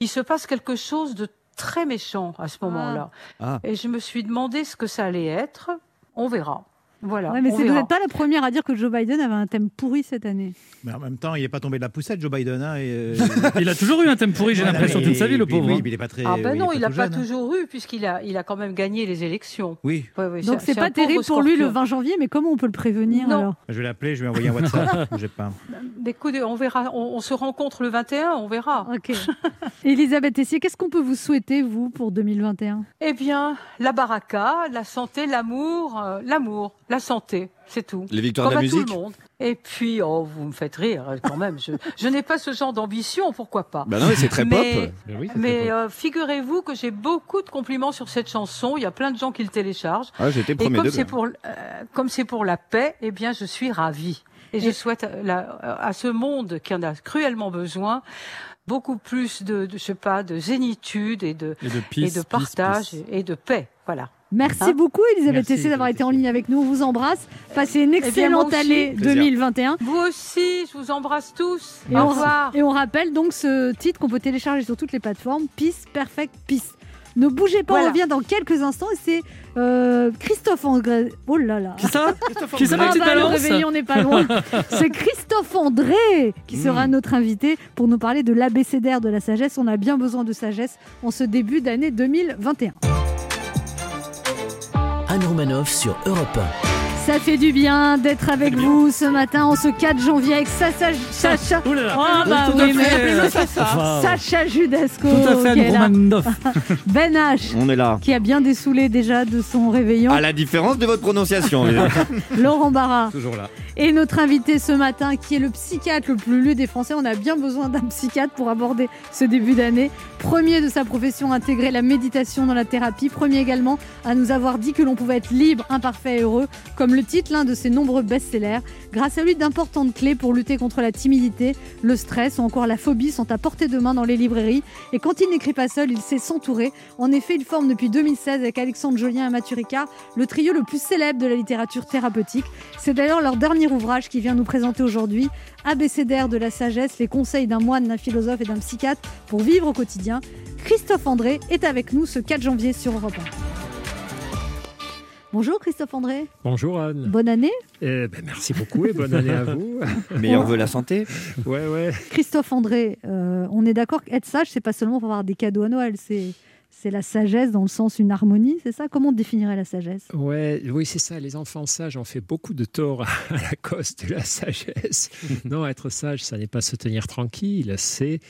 Speaker 9: il se passe quelque chose de très méchant à ce moment-là.
Speaker 13: Ah.
Speaker 9: Et je me suis demandé ce que ça allait être. On verra. Voilà.
Speaker 3: Ouais, mais
Speaker 9: on
Speaker 3: c'est- vous
Speaker 9: verra.
Speaker 3: n'êtes pas la première à dire que Joe Biden avait un thème pourri cette année.
Speaker 6: Mais en même temps, il n'est pas tombé de la poussette, Joe Biden. hein, et, euh,
Speaker 7: Il a toujours eu un thème pourri, j'ai
Speaker 6: Voilà,
Speaker 7: l'impression,
Speaker 6: mais-
Speaker 7: toute sa vie, le
Speaker 6: puis
Speaker 7: pauvre.
Speaker 6: oui,
Speaker 7: hein.
Speaker 6: mais il est pas très.
Speaker 9: Ah ben
Speaker 6: oui,
Speaker 9: non,
Speaker 6: est
Speaker 9: il n'a
Speaker 6: tout
Speaker 9: pas
Speaker 6: jeune, hein.
Speaker 9: toujours eu puisqu'il a, il a quand même gagné les élections.
Speaker 6: Oui.
Speaker 9: Ouais, ouais,
Speaker 3: Donc
Speaker 9: c'est-
Speaker 3: c'est
Speaker 9: c'est
Speaker 3: pas
Speaker 9: un pauvre
Speaker 3: terrible pour lui le
Speaker 9: scorpion.
Speaker 3: 20 janvier, mais comment on peut le prévenir
Speaker 9: Non.
Speaker 3: alors
Speaker 6: Je vais l'appeler, je vais envoyer un WhatsApp. Bougez pas.
Speaker 9: Des coups de- on verra, on, on se rencontre le 21, on verra.
Speaker 3: Ok. Elisabeth Tessier, qu'est-ce qu'on peut vous souhaiter, vous, pour 2021
Speaker 9: Eh bien, la baraka, la santé, l'amour, euh, l'amour, la santé, c'est tout.
Speaker 13: Les victoires de
Speaker 9: Comme
Speaker 13: la
Speaker 9: à tout le
Speaker 13: musique.
Speaker 9: monde. Et puis, oh, vous me faites rire euh, quand même. Je, je n'ai pas ce genre d'ambition, pourquoi pas
Speaker 13: Bah non, mais c'est très pop.
Speaker 9: Mais,
Speaker 13: Ben oui, c'est très
Speaker 9: mais,
Speaker 13: pop.
Speaker 9: euh, figurez-vous que j'ai beaucoup de compliments sur cette chanson. Il y a plein de gens qui le téléchargent.
Speaker 13: Ah, j'étais
Speaker 9: Et
Speaker 13: premier
Speaker 9: comme
Speaker 13: degré.
Speaker 9: c'est pour, euh, comme c'est pour la paix, eh bien, je suis ravie. Et, je souhaite euh, la- euh, à ce monde qui en a cruellement besoin beaucoup plus de, de je sais pas, de zénitude et de,
Speaker 7: Et de peace, peace,
Speaker 9: partage et de paix. Voilà.
Speaker 3: Merci
Speaker 9: Hein
Speaker 3: beaucoup, Elisabeth
Speaker 9: Merci,
Speaker 3: Tessier, d'avoir été en ligne avec nous. On vous embrasse. Passez une
Speaker 9: Eh bien, moi
Speaker 3: excellente
Speaker 9: aussi.
Speaker 3: année
Speaker 9: Plaisir.
Speaker 3: 2021.
Speaker 9: Vous aussi, je vous embrasse tous.
Speaker 3: Et
Speaker 9: Au
Speaker 3: on,
Speaker 9: revoir.
Speaker 3: et on rappelle donc ce titre qu'on peut télécharger sur toutes les plateformes, Peace Perfect Peace. Ne bougez pas, on
Speaker 9: Voilà.
Speaker 3: revient dans quelques instants et c'est euh, Christophe André. Oh là là
Speaker 7: Qui ça Qui ça,
Speaker 3: Ah
Speaker 7: Maxime
Speaker 3: bah, le
Speaker 7: Balance
Speaker 3: réveillon n'est pas loin. C'est Christophe André qui sera notre invité pour nous parler de l'abécédaire de la sagesse. On a bien besoin de sagesse en ce début d'année 2021.
Speaker 2: Anne Romanoff sur Europe
Speaker 3: Ça fait du bien d'être avec vous ce matin en ce 4 janvier avec Sacha Sacha. Ah bah
Speaker 7: Tout à
Speaker 3: oui,
Speaker 7: fait.
Speaker 3: mais appelez-le
Speaker 7: Enfin,
Speaker 3: Sacha. Sacha Judasco.
Speaker 7: Tout à fait,
Speaker 3: qui est
Speaker 7: Anne
Speaker 3: là.
Speaker 7: Romanoff.
Speaker 3: Ben H.
Speaker 5: On est là.
Speaker 3: Qui a bien dessoulé déjà de son réveillon.
Speaker 5: À la différence de votre prononciation. évidemment.
Speaker 3: Laurent Barra.
Speaker 5: Toujours là.
Speaker 3: Et notre invité ce matin, qui est le psychiatre le plus lu des Français, on a bien besoin d'un psychiatre pour aborder ce début d'année. Premier de sa profession à intégrer la méditation dans la thérapie. Premier également à nous avoir dit que l'on pouvait être libre, imparfait et heureux, comme le titre l'un de ses nombreux best-sellers. Grâce à lui, d'importantes clés pour lutter contre la timidité, le stress ou encore la phobie sont à portée de main dans les librairies. Et quand il n'écrit pas seul, il sait s'entourer. En effet, il forme depuis 2016 avec Alexandre Jolien et Mathieu Ricard le trio le plus célèbre de la littérature thérapeutique. C'est d'ailleurs leur dernier ouvrage qui vient nous présenter aujourd'hui ABCDR de la sagesse, les conseils d'un moine, d'un philosophe et d'un psychiatre pour vivre au quotidien. Christophe André est avec nous ce 4 janvier sur Europe 1. Bonjour Christophe André,
Speaker 12: Bonjour Anne.
Speaker 3: bonne année.
Speaker 12: Eh ben, merci beaucoup et bonne année à vous.
Speaker 5: Meilleur vœu la santé.
Speaker 12: Ouais, ouais.
Speaker 3: Christophe André, euh, on est d'accord qu'être sage, c'est pas seulement pour avoir des cadeaux à Noël, c'est c'est la sagesse dans le sens une harmonie, c'est ça Comment on définirait la sagesse
Speaker 12: Ouais, oui, c'est ça. Les enfants sages ont fait beaucoup de tort à la cause de la sagesse. non, être sage, ça n'est pas se tenir tranquille. C'est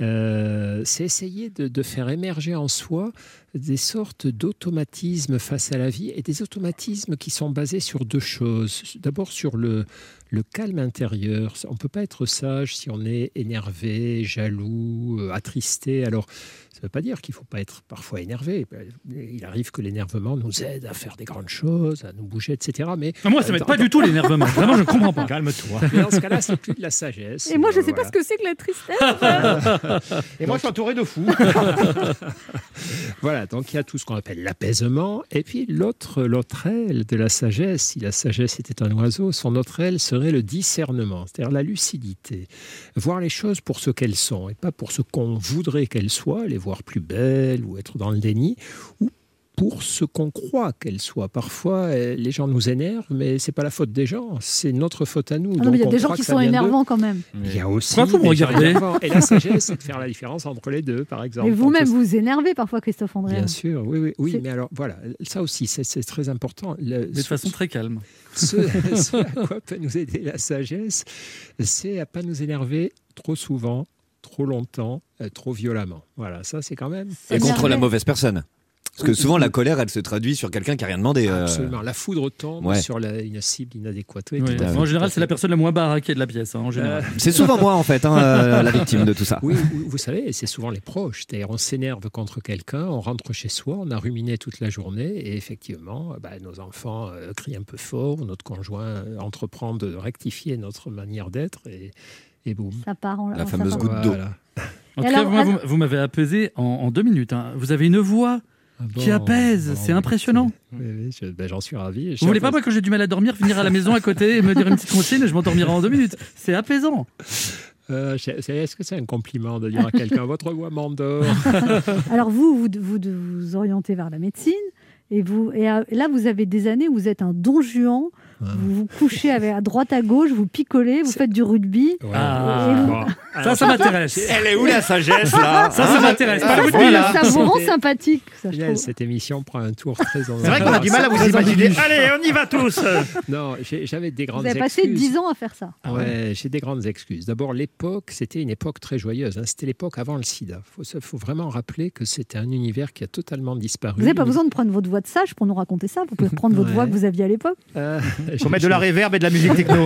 Speaker 12: euh, c'est essayer de, de faire émerger en soi des sortes d'automatismes face à la vie et des automatismes qui sont basés sur deux choses. D'abord sur le, le calme intérieur. On ne peut pas être sage si on est énervé, jaloux, euh, attristé. Alors, ça ne veut pas dire qu'il ne faut pas être parfois énervé. Il arrive que l'énervement nous aide à faire des grandes choses, à nous bouger, etc. Mais
Speaker 7: Ah, moi, ça m'aide pas du tout l'énervement. Vraiment, je ne comprends pas. Calme-toi.
Speaker 12: Mais dans ce cas-là, c'est plus de la sagesse.
Speaker 3: Et moi, je
Speaker 12: Euh,
Speaker 3: sais pas
Speaker 12: voilà.
Speaker 3: ce que c'est que la tristesse.
Speaker 6: Et moi, je suis entouré de fous.
Speaker 12: voilà, donc il y a tout ce qu'on appelle l'apaisement. Et puis l'autre, l'autre aile de la sagesse, si la sagesse était un oiseau, son autre aile serait le discernement, c'est-à-dire la lucidité. Voir les choses pour ce qu'elles sont et pas pour ce qu'on voudrait qu'elles soient, les voir plus belles ou être dans le déni, ou pour ce qu'on croit qu'elle soit. Parfois, euh, les gens nous énervent, mais c'est pas la faute des gens, c'est notre faute à nous.
Speaker 3: Ah non, mais il y a
Speaker 12: Donc, on
Speaker 3: des gens
Speaker 12: croit
Speaker 3: qui
Speaker 12: que ça
Speaker 3: sont
Speaker 12: vient d'eux.
Speaker 3: énervants quand même.
Speaker 12: Il y a aussi.
Speaker 7: Pourquoi vous me
Speaker 12: des gens
Speaker 7: regardez
Speaker 12: énervants. Et la sagesse, c'est de faire la différence entre les deux, par exemple.
Speaker 3: Mais vous-même,
Speaker 12: Entre-
Speaker 3: vous vous énervez parfois, Christophe André.
Speaker 12: Bien sûr, oui, oui, oui
Speaker 3: C'est-
Speaker 12: mais alors voilà, ça aussi, c'est- c'est très important. Le-
Speaker 7: Mais de
Speaker 12: ce-
Speaker 7: façon très calme.
Speaker 12: Ce, ce à quoi peut nous aider la sagesse, c'est à pas nous énerver trop souvent, trop longtemps, euh, trop violemment. Voilà, ça c'est quand même.
Speaker 5: Et contre la mauvaise personne. Parce que souvent, la colère, elle se traduit sur quelqu'un qui a rien demandé. euh.
Speaker 12: Absolument, la foudre tombe
Speaker 5: Ouais.
Speaker 12: sur la- une cible inadéquate. Oui,
Speaker 7: Oui,
Speaker 12: tout à fait.
Speaker 7: En général, c'est la personne la moins baraquée de la pièce. hein, en général.
Speaker 12: Euh,
Speaker 5: C'est souvent moi, en fait, hein, euh, la victime de tout ça.
Speaker 12: Oui, vous, vous savez, et c'est souvent les proches. C'est-à-dire, on s'énerve contre quelqu'un, on rentre chez soi, on a ruminé toute la journée, et effectivement, euh, bah, nos enfants euh, crient un peu fort, notre conjoint euh, entreprend de rectifier notre manière d'être, et, et boum. Ah,
Speaker 3: Ça part en
Speaker 7: La
Speaker 3: ça
Speaker 7: fameuse
Speaker 3: part.
Speaker 7: goutte d'eau.
Speaker 12: Voilà.
Speaker 7: En
Speaker 3: Et
Speaker 7: tout cas,
Speaker 3: alors,
Speaker 7: moi, vous,
Speaker 3: alors-
Speaker 7: vous m'avez apaisé en, en deux minutes. hein. Vous avez une voix qui
Speaker 12: Ah, bon,
Speaker 7: apaise.
Speaker 12: bon,
Speaker 7: c'est impressionnant.
Speaker 12: Oui, oui, je- bah, j'en suis ravi.
Speaker 7: Vous voulez pas, moi, quand j'ai du mal à dormir, venir à la maison à côté et me dire une petite consigne et je m'endormirai en deux minutes C'est apaisant.
Speaker 12: Euh, je- c'est- Est-ce que c'est un compliment de dire à quelqu'un votre voix m'endort
Speaker 3: Alors vous, vous de- vous de- vous orientez vers la médecine. Et, vous, et à- et là, vous avez des années où vous êtes un don juan,
Speaker 12: Ah.
Speaker 3: vous vous couchez avec, à droite, à gauche, vous picolez, vous faites du rugby.
Speaker 7: Ah.
Speaker 3: Et vous-
Speaker 12: Bon,
Speaker 7: Ça,
Speaker 12: alors,
Speaker 7: ça m'intéresse.
Speaker 14: Elle est où la sagesse là
Speaker 7: Ça, ça
Speaker 6: Ah,
Speaker 14: Hein
Speaker 7: m'intéresse.
Speaker 3: Ça,
Speaker 7: Pas le
Speaker 3: c'est-
Speaker 7: rugby, là.
Speaker 3: ça vous rend
Speaker 12: C'était-
Speaker 3: sympathique, ça, je
Speaker 12: Génial,
Speaker 3: trouve.
Speaker 12: cette émission prend un tour très en
Speaker 6: C'est vrai qu'on a du mal à vous
Speaker 12: Très
Speaker 6: imaginer.
Speaker 12: ambigu.
Speaker 6: Allez, on y va tous
Speaker 12: Non, j'ai- j'avais des
Speaker 3: Vous
Speaker 12: grandes
Speaker 3: avez passé
Speaker 12: excuses. Ah
Speaker 3: 10 ans à faire ça.
Speaker 12: Ouais, j'ai des grandes excuses. D'abord, l'époque, c'était une époque très joyeuse. hein. C'était l'époque avant le sida. Il faut, se- faut vraiment rappeler que c'était un univers qui a totalement disparu.
Speaker 3: Vous n'avez pas besoin de prendre votre voix de sage pour nous raconter ça. Vous pouvez reprendre votre
Speaker 12: Ouais.
Speaker 3: voix que vous aviez à l'époque.
Speaker 6: Faut mettre de la réverb et de la musique techno.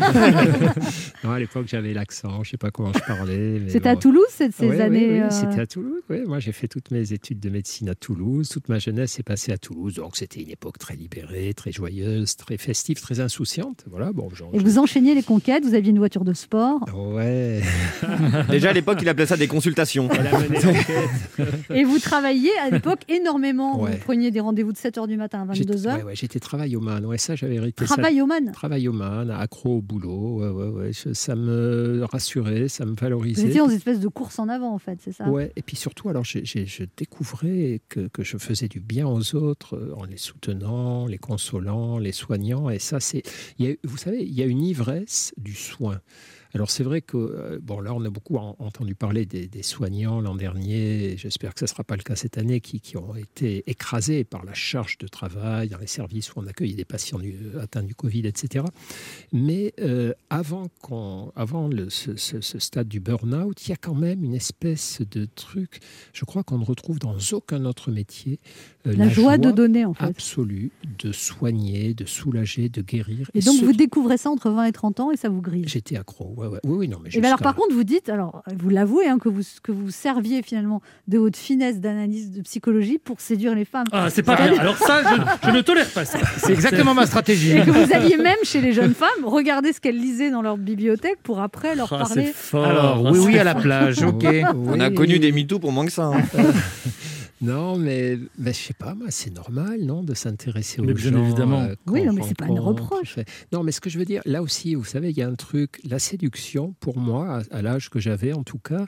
Speaker 12: non, à l'époque, j'avais l'accent, je ne sais pas comment je parlais. mais
Speaker 3: C'était à
Speaker 12: bon.
Speaker 3: Toulouse, ces, ces
Speaker 12: Ah Oui, oui,
Speaker 3: années.
Speaker 12: oui,
Speaker 3: euh,
Speaker 12: C'était à Toulouse. oui. Moi, j'ai fait toutes mes études de médecine à Toulouse. Toute ma jeunesse est passée à Toulouse. Donc, c'était une époque très libérée, très joyeuse, très festive, très insouciante. Voilà, bon, genre.
Speaker 3: Et vous enchaîniez les conquêtes, vous aviez une voiture de sport.
Speaker 12: Ouais.
Speaker 14: Déjà à l'époque, il appelait ça des consultations.
Speaker 3: Et vous travailliez à l'époque énormément.
Speaker 12: Ouais.
Speaker 3: Vous preniez des rendez-vous de 7h du matin à
Speaker 12: J'étais-
Speaker 3: 22h.
Speaker 12: ouais, ouais, j'étais travaillomane. Ouais, ça, j'avais hérité. ça.
Speaker 3: Travaillomane.
Speaker 12: Travaillomane, accro au boulot. Ouais, ouais, ouais. Je- ça me rassurait, ça me
Speaker 3: Vous
Speaker 12: valorisait.
Speaker 3: étiez hein dans une espèce de course en avant, en fait, c'est ça
Speaker 12: Ouais, et puis surtout, alors j'ai- j'ai- je découvrais que, que je faisais du bien aux autres euh, en les soutenant, les consolant, les soignant. Et ça, c'est. il y a- Vous savez, il y a une ivresse du soin. Alors c'est vrai que, euh, bon, là, on a beaucoup en- entendu parler des, des soignants l'an dernier, et j'espère que ce ne sera pas le cas cette année, qui, qui ont été écrasés par la charge de travail dans les services où on accueille des patients du- atteints du Covid, etc. Mais euh, avant, qu'on- avant le- ce, ce- ce stade du burn-out, il y a quand même une espèce de truc, je crois qu'on ne retrouve dans aucun autre métier. euh,
Speaker 3: La joie de donner, en fait.
Speaker 12: Ah, Absolue, de soigner, de soulager, de guérir.
Speaker 3: Et donc,
Speaker 12: ce-
Speaker 3: vous découvrez ça entre 20 et 30 ans et ça vous grille.
Speaker 12: J'étais accro, ouais, ouais. oui, oui, non, mais
Speaker 3: Et bien alors,
Speaker 12: jusqu'à-
Speaker 3: par contre, vous dites, alors, vous l'avouez, hein, que, vous, que vous serviez finalement de votre finesse d'analyse de psychologie pour séduire les femmes.
Speaker 7: Ah, c'est pas rien. Alors, ça, je, je ne tolère pas ça.
Speaker 6: C'est exactement ma stratégie.
Speaker 3: Et que vous alliez même chez les jeunes femmes regarder ce qu'elles lisaient dans leur bibliothèque pour après leur
Speaker 7: Ah,
Speaker 3: parler.
Speaker 6: Alors, oui, oui, à la plage, ok.
Speaker 14: On a
Speaker 12: Oui.
Speaker 14: connu des MeToo pour moins que ça. hein.
Speaker 12: Non, mais ben, je sais pas, moi, c'est normal, non, de s'intéresser
Speaker 7: Mais
Speaker 12: aux
Speaker 7: bien
Speaker 12: gens. euh,
Speaker 7: évidemment.
Speaker 12: qu'on
Speaker 3: Oui, non, mais c'est pas une
Speaker 12: rencontre.
Speaker 3: reproche.
Speaker 12: Non, mais ce que je veux dire, là aussi, vous savez, il y a un truc, la séduction, pour moi, à, à l'âge que j'avais en tout cas,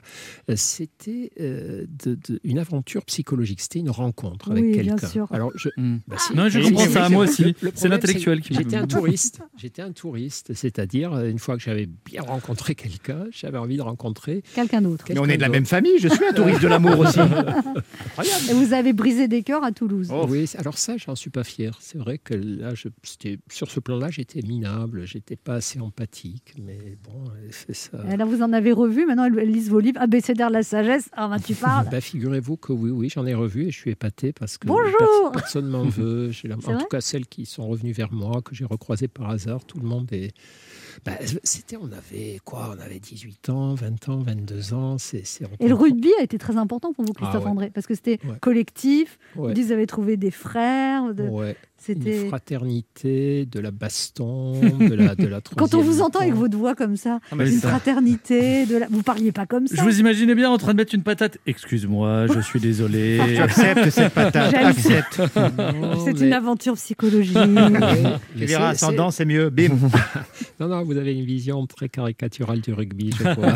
Speaker 12: euh, c'était euh, de- de- une aventure psychologique, c'était une rencontre avec
Speaker 3: Oui, bien
Speaker 12: quelqu'un.
Speaker 3: sûr.
Speaker 12: Alors, je,
Speaker 7: Hmm.
Speaker 12: bah, si.
Speaker 7: Non, je
Speaker 12: Mais
Speaker 7: comprends
Speaker 12: c'est-
Speaker 7: ça,
Speaker 12: c'est-
Speaker 7: moi
Speaker 12: le-
Speaker 7: aussi.
Speaker 12: le
Speaker 7: C'est
Speaker 12: problème,
Speaker 7: l'intellectuel qui me-
Speaker 12: J'étais un touriste. J'étais un touriste, c'est-à-dire euh, une fois que j'avais bien rencontré quelqu'un, j'avais envie de rencontrer.
Speaker 3: Quelqu'un d'autre.
Speaker 6: Mais on est de la
Speaker 12: quelqu'un
Speaker 6: même famille, je suis un touriste de l'amour aussi.
Speaker 3: Et vous avez brisé des cœurs à Toulouse.
Speaker 12: Oui, c'est- alors ça, j'en suis pas fier. C'est vrai que là, je, c'était- sur ce plan-là, j'étais minable, j'étais pas assez empathique, mais bon, euh, c'est ça.
Speaker 3: Et Là, vous en avez revu, maintenant, elles, elles lisent vos livres. Abécédaire de la sagesse, ah ben tu parles.
Speaker 12: Bah, figurez-vous que oui, oui, j'en ai revu et je suis épaté parce que
Speaker 3: Bonjour
Speaker 12: pers- personne m'en veut. J'ai la-
Speaker 3: C'est
Speaker 12: En
Speaker 3: vrai
Speaker 12: tout cas, celles qui sont revenues vers moi, que j'ai recroisées par hasard, tout le monde est. Bah, c'était, on avait quoi On avait 18 ans, 20 ans, 22 ans. C'est, c'est- on
Speaker 3: Et le
Speaker 12: comprend-
Speaker 3: rugby a été très important pour vous, Christophe
Speaker 12: Ah ouais.
Speaker 3: André, parce que c'était
Speaker 12: Ouais.
Speaker 3: collectif.
Speaker 12: Ouais.
Speaker 3: Vous dites, vous avez trouvé des frères. de-
Speaker 12: Ouais. Une
Speaker 3: C'était.
Speaker 12: fraternité, de la baston, de la, de la
Speaker 3: Quand on
Speaker 12: troisième
Speaker 3: vous entend avec votre voix comme ça,
Speaker 7: Ah, mais
Speaker 3: une
Speaker 7: ça.
Speaker 3: fraternité, de la... vous parliez pas comme ça.
Speaker 7: Je vous imaginais bien en train de mettre une patate. Excuse-moi, je suis désolé.
Speaker 3: Tu acceptes cette patate, J'aime. accepte. C'est une aventure psychologique.
Speaker 12: Mais
Speaker 15: verras,
Speaker 12: c'est-
Speaker 15: ascendant,
Speaker 12: c'est mieux. Bim. non, non, vous avez une vision très caricaturale du rugby, je crois.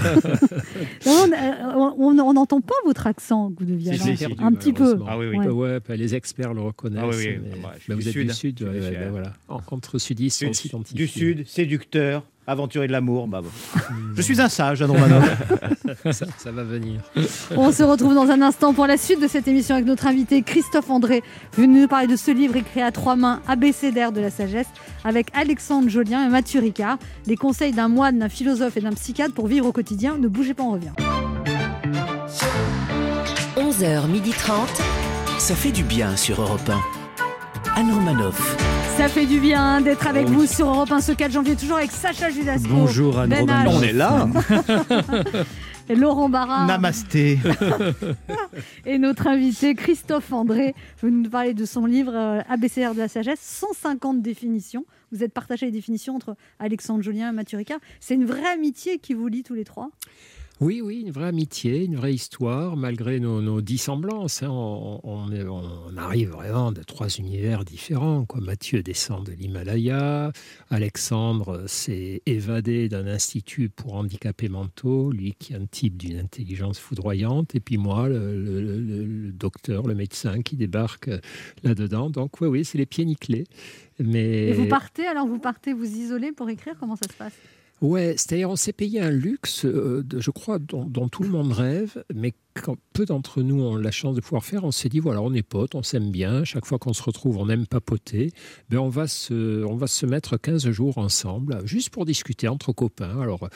Speaker 3: Non, on on- on n'entend pas votre accent, Goudevial.
Speaker 12: Si, si,
Speaker 3: un petit peu.
Speaker 12: malheureusement.
Speaker 3: Ouais.
Speaker 12: Ouais, ouais, bah, les experts le reconnaissent.
Speaker 15: Ah oui, oui,
Speaker 12: mais-
Speaker 15: bah, je suis
Speaker 12: bah, vous
Speaker 15: du Sud.
Speaker 12: êtes du Sud,
Speaker 15: Je suis du
Speaker 12: ouais, ouais,
Speaker 15: Sud.
Speaker 12: bah, voilà. En- entre sudistes, on s'identifie.
Speaker 15: Du Sud, séducteur, aventuré de l'amour. Bah, bon. Je suis un sage, Adam Romanov.
Speaker 12: ça, ça va venir.
Speaker 3: On se retrouve dans un instant pour la suite de cette émission avec notre invité Christophe André, venu nous parler de ce livre écrit à trois mains, abécédaire de la sagesse, avec Alexandre Jolien et Mathieu Ricard. Les conseils d'un moine, d'un philosophe et d'un psychiatre pour vivre au quotidien. Ne bougez pas, on revient.
Speaker 2: 11h30. Ça fait du bien sur Europe 1. Anne Romanoff.
Speaker 3: Ça fait du bien d'être avec
Speaker 2: Oh oui.
Speaker 3: vous sur Europe 1 ce 4 janvier, toujours avec Sacha Judasco.
Speaker 7: Bonjour Anne
Speaker 3: Ben
Speaker 7: Romain.
Speaker 3: Hache
Speaker 16: là.
Speaker 3: Et Laurent Barra.
Speaker 15: Namasté.
Speaker 3: Et notre invité, Christophe André, venu nous parler de son livre euh, ABCR de la sagesse, 150 définitions. Vous êtes partagé les définitions entre Alexandre Julien et Mathieu Ricard. C'est une vraie amitié qui vous lie tous les trois.
Speaker 12: Oui, oui, une vraie amitié, une vraie histoire, malgré nos, nos dissemblances. hein. on, on- on arrive vraiment de trois univers différents. Quoi. Mathieu descend de l'Himalaya, Alexandre euh, s'est évadé d'un institut pour handicapés mentaux, lui qui est un type d'une intelligence foudroyante, et puis moi, le, le- le- le docteur, le médecin qui débarque euh, là-dedans. Donc oui, oui, c'est les pieds nickelés. Mais...
Speaker 3: Et, vous partez, alors vous partez vous isoler pour écrire Comment ça se passe
Speaker 12: Ouais, c'est-à-dire on s'est payé un luxe, euh, de- je crois, dont, dont tout le monde rêve, mais quand peu d'entre nous ont la chance de pouvoir faire, on s'est dit, voilà, on est potes, on s'aime bien, chaque fois qu'on se retrouve, on aime papoter, ben on, va se, on va se mettre 15 jours ensemble, juste pour discuter entre copains. Alors,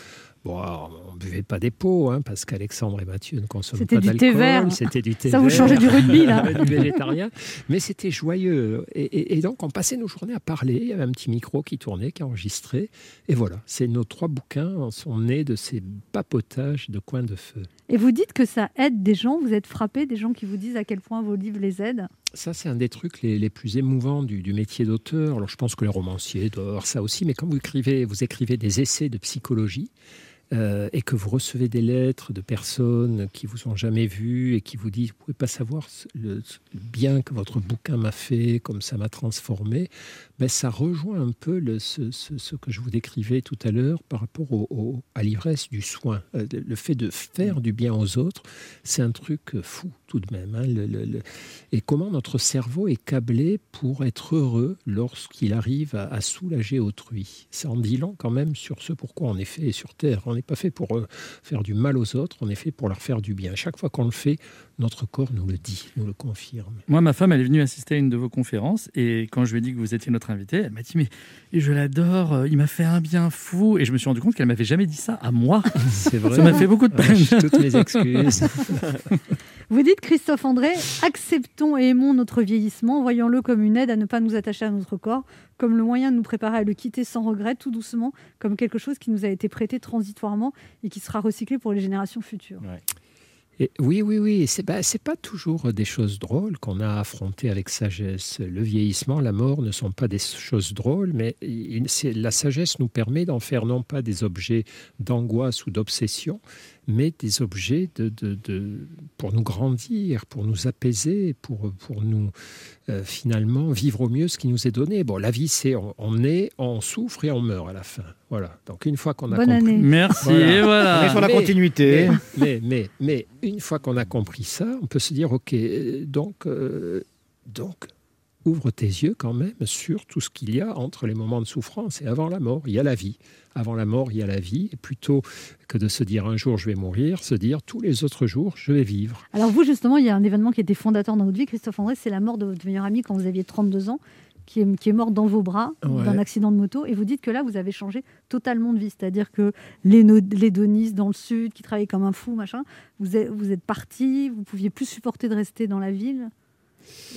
Speaker 12: bon, alors, on ne buvait pas des pots, hein, parce qu'Alexandre et Mathieu ne consomment
Speaker 3: C'était
Speaker 12: pas
Speaker 3: du
Speaker 12: d'alcool.
Speaker 3: thé vert.
Speaker 12: C'était du thé
Speaker 3: Ça, vous changez du rugby, là.
Speaker 12: du végétarien. Mais c'était joyeux. Et, et- et donc, on passait nos journées à parler. Il y avait un petit micro qui tournait, qui enregistrait. Et voilà, c'est nos trois bouquins sont nés de ces papotages de coins de feu.
Speaker 3: Et vous dites que ça aide des gens, vous êtes frappé des gens qui vous disent à quel point vos livres les aident.
Speaker 12: Ça, c'est un des trucs les, les plus émouvants du, du métier d'auteur. Alors, je pense que les romanciers doivent avoir ça aussi, mais quand vous écrivez, vous écrivez des essais de psychologie euh, et que vous recevez des lettres de personnes qui vous ont jamais vu et qui vous disent, vous pouvez pas savoir ce- le, ce- le bien que votre bouquin m'a fait, comme ça m'a transformé, ben, ça rejoint un peu le- ce, ce- ce que je vous décrivais tout à l'heure par rapport au- au- à l'ivresse du soin. Euh, de- Le fait de faire du bien aux autres, c'est un truc euh, fou tout de même. hein. Le- le- le- Et comment notre cerveau est câblé pour être heureux lorsqu'il arrive à, à soulager autrui. Ça en dit long quand même sur ce pourquoi on est fait sur Terre. On n'est pas fait pour euh, faire du mal aux autres, on est fait pour leur faire du bien. Chaque fois qu'on le fait, notre corps nous le dit, nous le confirme.
Speaker 7: Moi, ma femme, elle est venue assister à une de vos conférences et quand je lui ai dit que vous étiez notre invité, elle m'a dit mais je l'adore, euh, il m'a fait un bien fou et je me suis rendu compte qu'elle m'avait jamais dit ça à moi.
Speaker 12: C'est vrai.
Speaker 7: Ça m'a fait beaucoup de peine.
Speaker 12: Je- toutes mes excuses.
Speaker 3: Vous dites, Christophe André, acceptons et aimons notre vieillissement, voyons-le comme une aide à ne pas nous attacher à notre corps, comme le moyen de nous préparer à le quitter sans regret, tout doucement, comme quelque chose qui nous a été prêté transitoirement et qui sera recyclé pour les générations futures.
Speaker 12: Et oui, oui, oui. C'est bah, c'est pas toujours des choses drôles qu'on a à affronter avec sagesse. Le vieillissement, la mort ne sont pas des choses drôles, mais il- c'est- la sagesse nous permet d'en faire non pas des objets d'angoisse ou d'obsession, mais des objets de, de- de- pour nous grandir, pour nous apaiser, pour, pour nous euh, finalement vivre au mieux ce qui nous est donné. Bon, la vie, c'est on, on est, on souffre et on meurt à la fin. Voilà. Donc une fois qu'on a
Speaker 3: Bonne
Speaker 12: compris.
Speaker 3: année. Merci,
Speaker 15: et
Speaker 7: Ah.
Speaker 15: voilà. On est sur la
Speaker 12: Mais-
Speaker 15: continuité.
Speaker 12: mais- mais, mais, mais une fois qu'on a compris ça, on peut se dire, OK, euh, donc, euh, donc ouvre tes yeux quand même sur tout ce qu'il y a entre les moments de souffrance et avant la mort. Il y a la vie. Avant la mort, il y a la vie. Et plutôt que de se dire un jour je vais mourir, se dire tous les autres jours je vais vivre.
Speaker 3: Alors vous, justement, il y a un événement qui était fondateur dans votre vie, Christophe André, c'est la mort de votre meilleur ami quand vous aviez 32 ans, qui est, qui est mort dans vos bras
Speaker 12: Ouais.
Speaker 3: d'un accident de moto, et vous dites que là, vous avez changé totalement de vie, c'est-à-dire que les, no- les Denis dans le sud, qui travaillaient comme un fou, machin, vous êtes, vous êtes parti, vous pouviez plus supporter de rester dans la ville,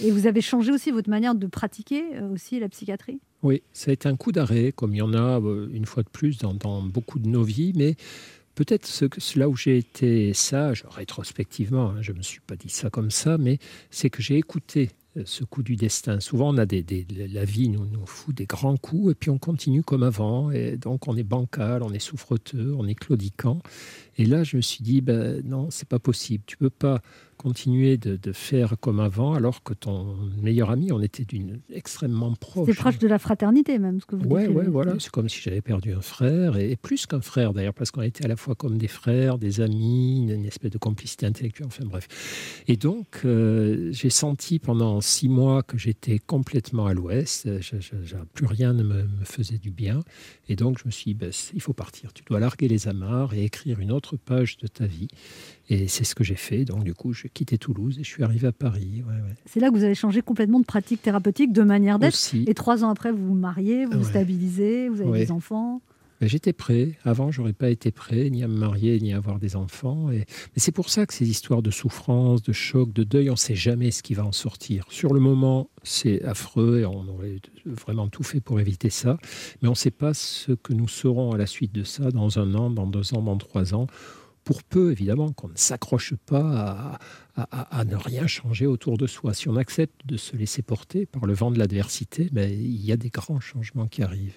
Speaker 3: et vous avez changé aussi votre manière de pratiquer euh, aussi la psychiatrie.
Speaker 12: Oui, ça a été un coup d'arrêt, comme il y en a euh, une fois de plus dans, dans beaucoup de nos vies, mais peut-être ce, que- là où j'ai été sage, rétrospectivement, hein, je ne me suis pas dit ça comme ça, mais c'est que j'ai écouté euh, ce coup du destin. Souvent, on a des, des- la vie nous, nous fout des grands coups et puis on continue comme avant. Et donc, on est bancal, on est souffreteux, on est claudiquant. Et là, je me suis dit, ben, non, c'est pas possible. Tu peux pas continuer de, de faire comme avant alors que ton meilleur ami, on était d'une extrêmement proche.
Speaker 8: C'est proche de la fraternité même, ce que vous
Speaker 12: Oh, Ouais,
Speaker 8: décrivez.
Speaker 12: ouais, voilà. C'est comme si j'avais perdu un frère, et, et plus qu'un frère d'ailleurs, parce qu'on était à la fois comme des frères, des amis, une, une espèce de complicité intellectuelle, enfin bref. Et donc, euh, j'ai senti pendant six mois que j'étais complètement à l'ouest, euh, je- je- je- plus rien ne me, me faisait du bien, et donc je me suis dit, ben, c'est- il faut partir, tu dois larguer les amarres et écrire une autre page de ta vie. Et c'est ce que j'ai fait, donc du coup, j'ai quitté Toulouse et je suis arrivé à Paris. ouais, ouais.
Speaker 8: C'est là que vous avez changé complètement de pratique thérapeutique, de manière d'être.
Speaker 12: Aussi.
Speaker 8: Et trois ans après, vous vous mariez, vous vous
Speaker 12: Ouais.
Speaker 8: stabilisez, vous avez
Speaker 12: Ouais.
Speaker 8: des enfants.
Speaker 12: Ben, J'étais prêt. Avant, j'aurais pas été prêt ni à me marier ni à avoir des enfants. Et... Mais c'est pour ça que ces histoires de souffrance, de choc, de deuil, on ne sait jamais ce qui va en sortir. Sur le moment, c'est affreux et on aurait vraiment tout fait pour éviter ça. Mais on ne sait pas ce que nous serons à la suite de ça dans un an, dans deux ans, dans trois ans. Pour peu, évidemment, qu'on ne s'accroche pas à, à- à- à ne rien changer autour de soi. Si on accepte de se laisser porter par le vent de l'adversité, ben, il y a des grands changements qui arrivent.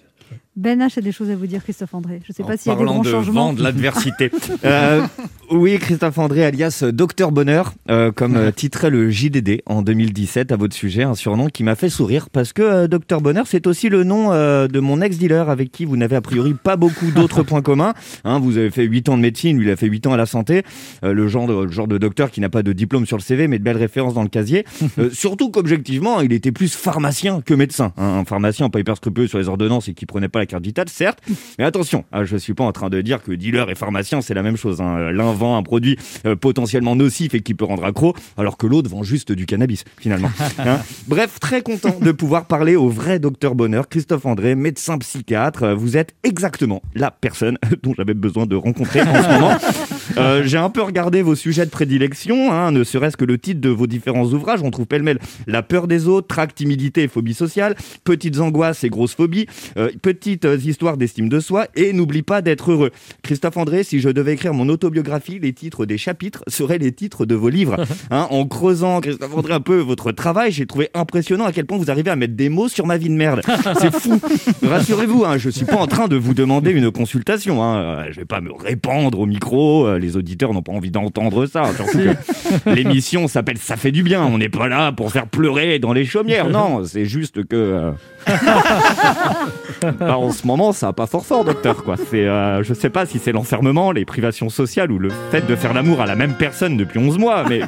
Speaker 8: Ben H a des choses à vous dire, Christophe André. Je ne sais
Speaker 12: En
Speaker 8: pas s'il y a des
Speaker 12: parlant
Speaker 8: grands
Speaker 12: de
Speaker 8: changements.
Speaker 12: vent, de
Speaker 5: l'adversité. Euh, oui, Christophe André, alias Docteur Bonheur, euh, comme euh, titrait le JDD en 2017 à votre sujet, un surnom qui m'a fait sourire parce que euh, Docteur Bonheur, c'est aussi le nom euh, de mon ex-dealer avec qui vous n'avez a priori pas beaucoup d'autres points communs. Hein, vous avez fait 8 ans de médecine, lui il a fait 8 ans à la santé, Euh, le, genre de, le genre de docteur qui n'a pas de diplôme sur le CV mais de belles références dans le casier. Euh, surtout qu'objectivement, il était plus pharmacien que médecin. hein. un pharmacien pas hyper scrupuleux sur les ordonnances et qui prenait pas la carte vitale, certes, mais attention, ah, je suis pas en train de dire que dealer et pharmacien, c'est la même chose. hein. L'un vend un produit euh, potentiellement nocif et qui peut rendre accro, alors que l'autre vend juste du cannabis, finalement. Hein. Bref, très content de pouvoir parler au vrai docteur Bonheur, Christophe André, médecin psychiatre. Euh, Vous êtes exactement la personne dont j'avais besoin de rencontrer en ce moment. Euh, J'ai un peu regardé vos sujets de prédilection, hein, ne serait-ce que le titre de vos différents ouvrages. On trouve pêle-mêle la peur des autres, trac, timidité et phobie sociale, petites angoisses et grosses phobies, euh, petites euh, histoires d'estime de soi et n'oublie pas d'être heureux. Christophe André, si je devais écrire mon autobiographie, les titres des chapitres seraient les titres de vos livres. Hein, en creusant, Christophe André, un peu votre travail, j'ai trouvé impressionnant à quel point vous arrivez à mettre des mots sur ma vie de merde. C'est fou. Rassurez-vous, hein, je suis pas en train de vous demander une consultation. Hein. Euh, Je vais pas me répandre au micro. euh, Les auditeurs n'ont pas envie d'entendre ça. Surtout que l'émission s'appelle Ça fait du bien. On n'est pas là pour faire pleurer dans les chaumières. Non, c'est juste que. euh, bah, en ce moment, ça va pas fort fort, docteur. Quoi. C'est, euh, je sais pas si c'est l'enfermement, les privations sociales ou le fait de faire l'amour à la même personne depuis 11 mois, mais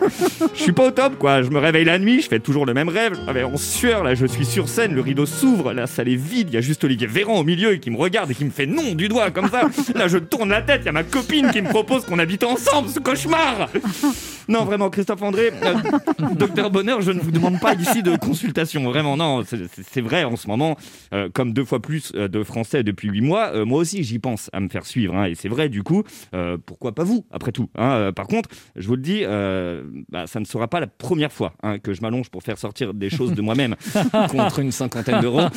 Speaker 5: je suis pas au top. quoi. Je me réveille la nuit, je fais toujours le même rêve. Je me réveille en sueur, là, je suis sur scène, le rideau s'ouvre, là, ça est vide. Il y a juste Olivier Véran au milieu qui me regarde et qui me fait non du doigt comme ça. Là, je tourne la tête, il y a ma copine qui me propose qu'on habite ensemble, ce cauchemar Non, vraiment, Christophe André, euh, docteur Bonheur, je ne vous demande pas ici de consultation. Vraiment, non, c'est- c'est c'est vrai en ce moment, euh, comme deux fois plus euh, de Français depuis huit mois, euh, moi aussi j'y pense à me faire suivre. hein, et c'est vrai, du coup, euh, pourquoi pas vous, après tout hein. Euh, Par contre, je vous le dis, euh, bah, ça ne sera pas la première fois hein, que je m'allonge pour faire sortir des choses de moi-même contre une cinquantaine d'euros.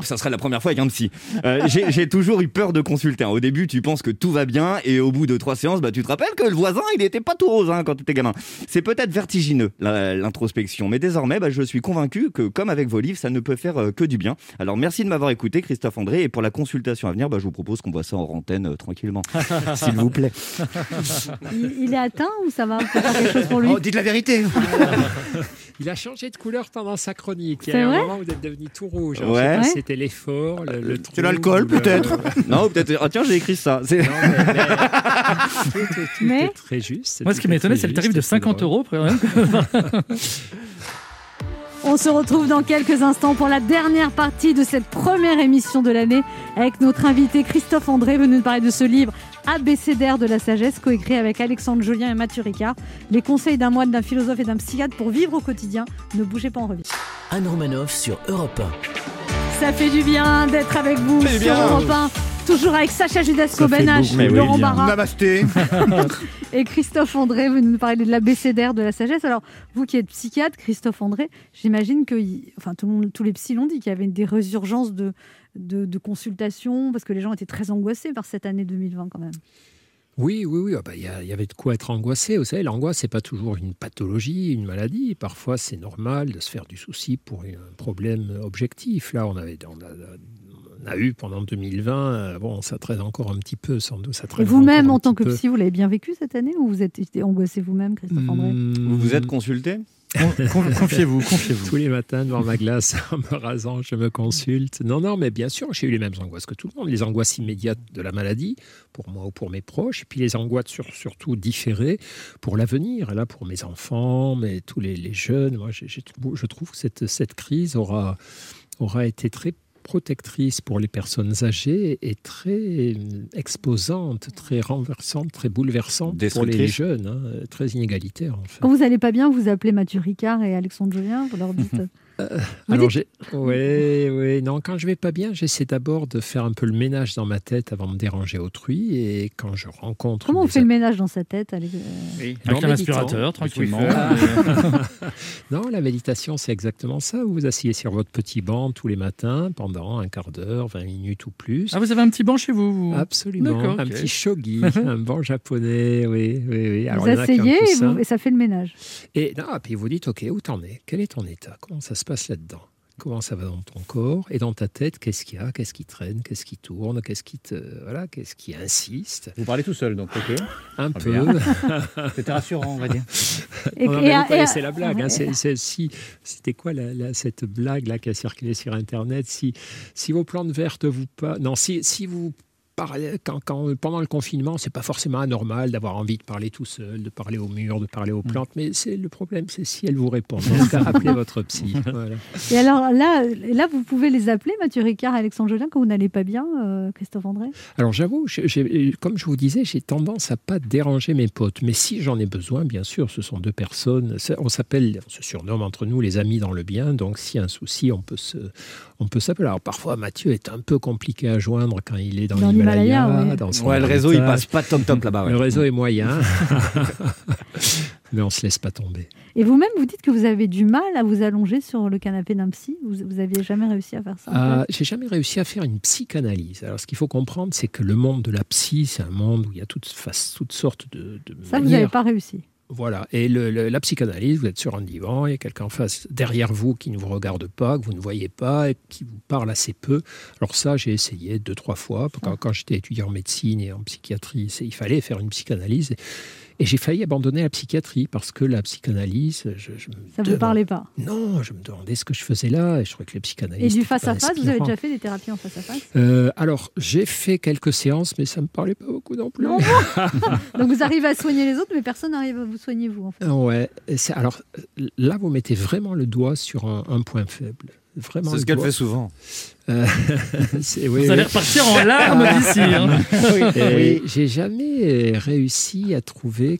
Speaker 5: Ça serait la première fois avec un psy. Euh, j'ai j'ai toujours eu peur de consulter. hein. Au début, tu penses que tout va bien et au bout de trois séances, bah, tu te rappelles que le voisin, il n'était pas tout rose hein, quand tu étais gamin. C'est peut-être vertigineux, la- l'introspection. Mais désormais, bah, je suis convaincu que, comme avec vos livres, ça ne peut faire euh, que du bien. Alors, merci de m'avoir écouté, Christophe André. Et pour la consultation à venir, bah, je vous propose qu'on voit ça en antenne euh, tranquillement. S'il vous plaît.
Speaker 8: Il, il est atteint ou ça va Faut faire quelque chose pour lui
Speaker 12: dites la vérité Il a changé de couleur pendant sa chronique. Il y
Speaker 8: C'est
Speaker 12: a
Speaker 8: vrai
Speaker 12: un moment où vous êtes devenu tout rouge. Alors,
Speaker 5: Ouais.
Speaker 12: je sais pas
Speaker 5: Ouais.
Speaker 12: si C'était l'effort, le, euh, le trou, ou le-
Speaker 5: Non, ou peut-être. Ah, tiens, j'ai écrit ça. C'est-
Speaker 7: Mais-
Speaker 12: Très juste.
Speaker 7: Moi, ce qui m'étonnait, c'est le tarif de 50 euros. par exemple.
Speaker 8: On se retrouve dans quelques instants pour la dernière partie de cette première émission de l'année avec notre invité Christophe André venu nous parler de ce livre ABCDR de la sagesse coécrit avec Alexandre Jolien et Mathieu Ricard. Les conseils d'un moine, d'un philosophe et d'un psychiatre pour vivre au quotidien. Ne bougez pas en revue.
Speaker 2: Anne Romanoff sur Europe
Speaker 8: Ça fait du bien d'être avec vous
Speaker 2: Ça fait
Speaker 8: sur
Speaker 2: du bien.
Speaker 8: Europe 1. Toujours avec Sacha Judasco,
Speaker 2: 1.
Speaker 8: Ben H, Laurent Barra
Speaker 15: Namasté.
Speaker 8: et Christophe André venu nous parler de l'ABCDR de la sagesse. Alors, vous qui êtes psychiatre, Christophe André, j'imagine que y- enfin, tout le monde, tous les psys l'ont dit, qu'il y avait des résurgences de, de, de consultations parce que les gens étaient très angoissés par cette année 2020 quand même.
Speaker 12: Oui, oui, oui. Ah bah, Il y, a- il y avait de quoi être angoissé. Vous savez, l'angoisse, c'est pas toujours une pathologie, une maladie. Parfois, c'est normal de se faire du souci pour un problème objectif. Là, on, avait, on, a, on a eu pendant 2020, euh, bon, ça traîne encore un petit peu, sans doute. Ça traîne
Speaker 8: Vous-même,
Speaker 12: encore un
Speaker 8: en tant
Speaker 12: petit
Speaker 8: que
Speaker 12: peu.
Speaker 8: psy, vous l'avez bien vécu cette année ou vous êtes été angoissé vous-même, Christophe
Speaker 12: Mm.
Speaker 8: André
Speaker 12: Hmm.
Speaker 5: Vous vous êtes consulté
Speaker 12: Confiez-vous, confiez-vous. Tous les matins devant ma glace, en me rasant, je me consulte. Non, non, mais bien sûr, j'ai eu les mêmes angoisses que tout le monde. Les angoisses immédiates de la maladie, pour moi ou pour mes proches, et puis les angoisses sur- surtout différées pour l'avenir. Et Là, pour mes enfants, mais tous les, les jeunes, moi, j'ai- j'ai- je trouve que cette, cette crise aura, aura été très protectrice pour les personnes âgées et très euh, exposante, très renversante, très bouleversante pour les, les
Speaker 16: Destructrice.
Speaker 12: jeunes, hein, très inégalitaire en fait.
Speaker 8: Quand vous n'allez pas bien, vous appelez Mathieu Ricard et Alexandre Julien, vous leur dites. Vous
Speaker 12: Alors,
Speaker 8: dites-
Speaker 12: j'ai. Oui, oui. Non, quand je vais pas bien, j'essaie d'abord de faire un peu le ménage dans ma tête avant de déranger autrui. Et quand je rencontre.
Speaker 8: Comment on
Speaker 12: des
Speaker 8: fait le ménage dans sa tête Alex-
Speaker 12: oui,
Speaker 17: Avec un aspirateur, tranquillement.
Speaker 12: non, la méditation, c'est exactement ça. Vous vous asseyez sur votre petit banc tous les matins pendant un quart d'heure, 20 minutes ou plus.
Speaker 7: Ah, vous avez un petit banc chez vous, vous
Speaker 12: Absolument.
Speaker 7: D'accord,
Speaker 12: Un
Speaker 7: ok.
Speaker 12: petit shogi, un banc japonais. Oui, oui, oui.
Speaker 8: Vous
Speaker 12: il y en a qui aiment
Speaker 8: asseyez
Speaker 12: tout
Speaker 8: et,
Speaker 12: ça.
Speaker 8: vous- et ça fait le ménage.
Speaker 12: Et là, puis vous dites, OK, où t'en es Quel est ton état Comment ça se passe là-dedans Comment ça va dans ton corps et dans ta tête Qu'est-ce qu'il y a Qu'est-ce qui traîne Qu'est-ce qui tourne Qu'est-ce qui te voilà Qu'est-ce qui insiste
Speaker 15: Vous parlez tout seul, donc ok.
Speaker 12: Un
Speaker 15: Très
Speaker 12: peu.
Speaker 15: bien. C'était rassurant, on va dire.
Speaker 12: Et,
Speaker 15: Et-
Speaker 12: on
Speaker 15: et
Speaker 12: n'avait
Speaker 15: à-
Speaker 12: pas
Speaker 15: et à-
Speaker 12: laissé la blague. hein.
Speaker 15: Ouais.
Speaker 12: C'est- c'est- si, C'était quoi la- la- cette blague là qui a circulé sur Internet si, si vos plantes vertes vous pas. Non, si, si vous parlez quand, quand- pendant le confinement, c'est pas forcément anormal d'avoir envie de parler tout seul, de parler au mur, de parler
Speaker 15: Mm.
Speaker 12: aux plantes. Mais c'est le problème, c'est si elles vous répondent. Dans ce cas, appelez votre psy. Voilà.
Speaker 8: Et alors là, là, vous pouvez les appeler, Mathieu Ricard et Alexandre Julien, quand vous n'allez pas bien, euh, Christophe André
Speaker 12: Alors j'avoue, j'ai- j'ai- comme je vous disais, j'ai tendance à pas déranger mes potes. Mais si j'en ai besoin, bien sûr, ce sont deux personnes. C'est- On s'appelle, on se surnomme entre nous les amis dans le bien. Donc s'il y a un souci, on peut se, on peut s'appeler. Alors parfois, Mathieu est un peu compliqué à joindre quand il est dans,
Speaker 16: Dans
Speaker 12: l'Himalaya,
Speaker 16: l'Himalaya, ouais.
Speaker 12: dans son
Speaker 16: Ouais, le réseau, il passe
Speaker 12: héritage.
Speaker 16: pas top top là-bas, ouais.
Speaker 12: Le réseau est moyen, mais on se laisse pas tomber.
Speaker 8: Et vous-même, vous dites que vous avez du mal à vous allonger sur le canapé d'un psy. Vous, vous aviez jamais réussi à faire ça.
Speaker 12: Euh, J'ai jamais réussi à faire une psychanalyse. Alors, ce qu'il faut comprendre, c'est que le monde de la psy, c'est un monde où il y a toutes, faces- toutes sortes de, de
Speaker 8: ça, vous n'avez
Speaker 12: manières.
Speaker 8: pas réussi.
Speaker 12: Voilà. Et le- le- la psychanalyse, vous êtes sur un divan, il y a quelqu'un en face derrière vous qui ne vous regarde pas, que vous ne voyez pas et qui vous parle assez peu. Alors ça, j'ai essayé deux, trois fois. Quand, quand j'étais étudiant en médecine et en psychiatrie, c'est- il fallait faire une psychanalyse. Et j'ai failli abandonner la psychiatrie parce que la psychanalyse, je, je me
Speaker 8: Ça vous
Speaker 12: demandais-
Speaker 8: parlait pas.
Speaker 12: Non, je me demandais ce que je faisais là et je trouvais que les
Speaker 8: Et
Speaker 12: psychanalystes...
Speaker 8: du
Speaker 12: étaient pas
Speaker 8: face à face, vous avez
Speaker 12: inspirants.
Speaker 8: déjà fait des thérapies en face à face.
Speaker 12: Euh, alors, j'ai fait quelques séances, mais ça ne me parlait pas beaucoup non plus.
Speaker 8: Donc vous arrivez à soigner les autres, mais personne n'arrive à vous soigner vous. En fait.
Speaker 12: Ouais, et c'est- alors là, vous mettez vraiment le doigt sur un, un point faible. Vraiment
Speaker 16: C'est
Speaker 12: le
Speaker 16: ce qu'elle
Speaker 12: doigt.
Speaker 16: fait souvent.
Speaker 12: Euh, c'est- oui,
Speaker 16: Vous
Speaker 12: oui.
Speaker 16: allez repartir en larmes
Speaker 7: Ah.
Speaker 16: d'ici, hein.
Speaker 12: Oui. Et
Speaker 16: Oui.
Speaker 12: J'ai jamais réussi à trouver.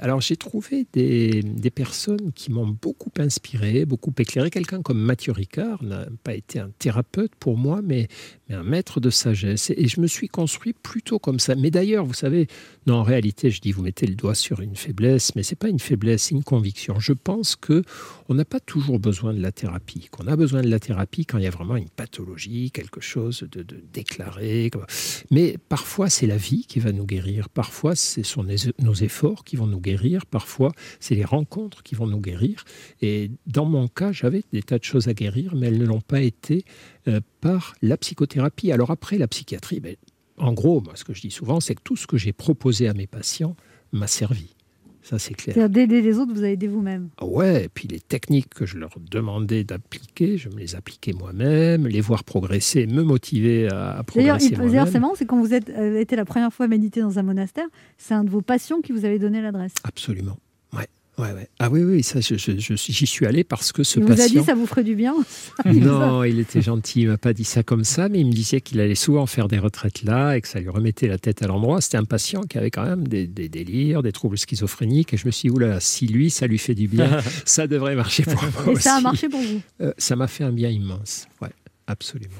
Speaker 12: Alors, j'ai trouvé des, des personnes qui m'ont beaucoup inspiré, beaucoup éclairé. Quelqu'un comme Mathieu Ricard n'a pas été un thérapeute pour moi, mais, mais un maître de sagesse. Et je me suis construit plutôt comme ça. Mais d'ailleurs, vous savez, non, en réalité, je dis, vous mettez le doigt sur une faiblesse, mais c'est pas une faiblesse, c'est une conviction. Je pense que on n'a pas toujours besoin de la thérapie. Qu'on a besoin de la thérapie quand il y a vraiment une pathologie, quelque chose de, de déclaré. comme- Mais parfois, c'est la vie qui va nous guérir. Parfois, ce sont les- nos efforts qui vont nous guérir. Parfois, c'est les rencontres qui vont nous guérir. Et dans mon cas, j'avais des tas de choses à guérir, mais elles ne l'ont pas été euh, par la psychothérapie. Alors après, la psychiatrie, ben, en gros, moi, ce que je dis souvent, c'est que tout ce que j'ai proposé à mes patients m'a servi. Ça, c'est clair.
Speaker 8: C'est-à-dire d'aider les autres, vous aidez vous-même.
Speaker 12: Ah Ouais, et puis les techniques que je leur demandais d'appliquer, je me les appliquais moi-même, les voir progresser, me motiver à, à
Speaker 8: D'ailleurs, il-
Speaker 12: progresser
Speaker 8: d'ailleurs, c'est
Speaker 12: moi-même.
Speaker 8: marrant, c'est quand vous êtes euh, été la première fois méditer dans un monastère, c'est un de vos patients qui vous avait donné l'adresse.
Speaker 12: Absolument. Ouais, ouais, ouais. Ah oui, oui, ça, je- je- je- j'y suis allé parce que ce
Speaker 8: Il vous a
Speaker 12: patient...
Speaker 8: dit ça vous ferait du bien.
Speaker 12: Non, il était gentil, il m'a pas dit ça comme ça, mais il me disait qu'il allait souvent faire des retraites là et que ça lui remettait la tête à l'endroit. C'était un patient qui avait quand même des, des délires, des troubles schizophréniques, et je me suis dit, oula, si lui, ça lui fait du bien, ça devrait marcher pour moi
Speaker 8: Et ça a
Speaker 12: aussi.
Speaker 8: marché pour vous.
Speaker 12: Euh, ça m'a fait un bien immense, ouais, absolument.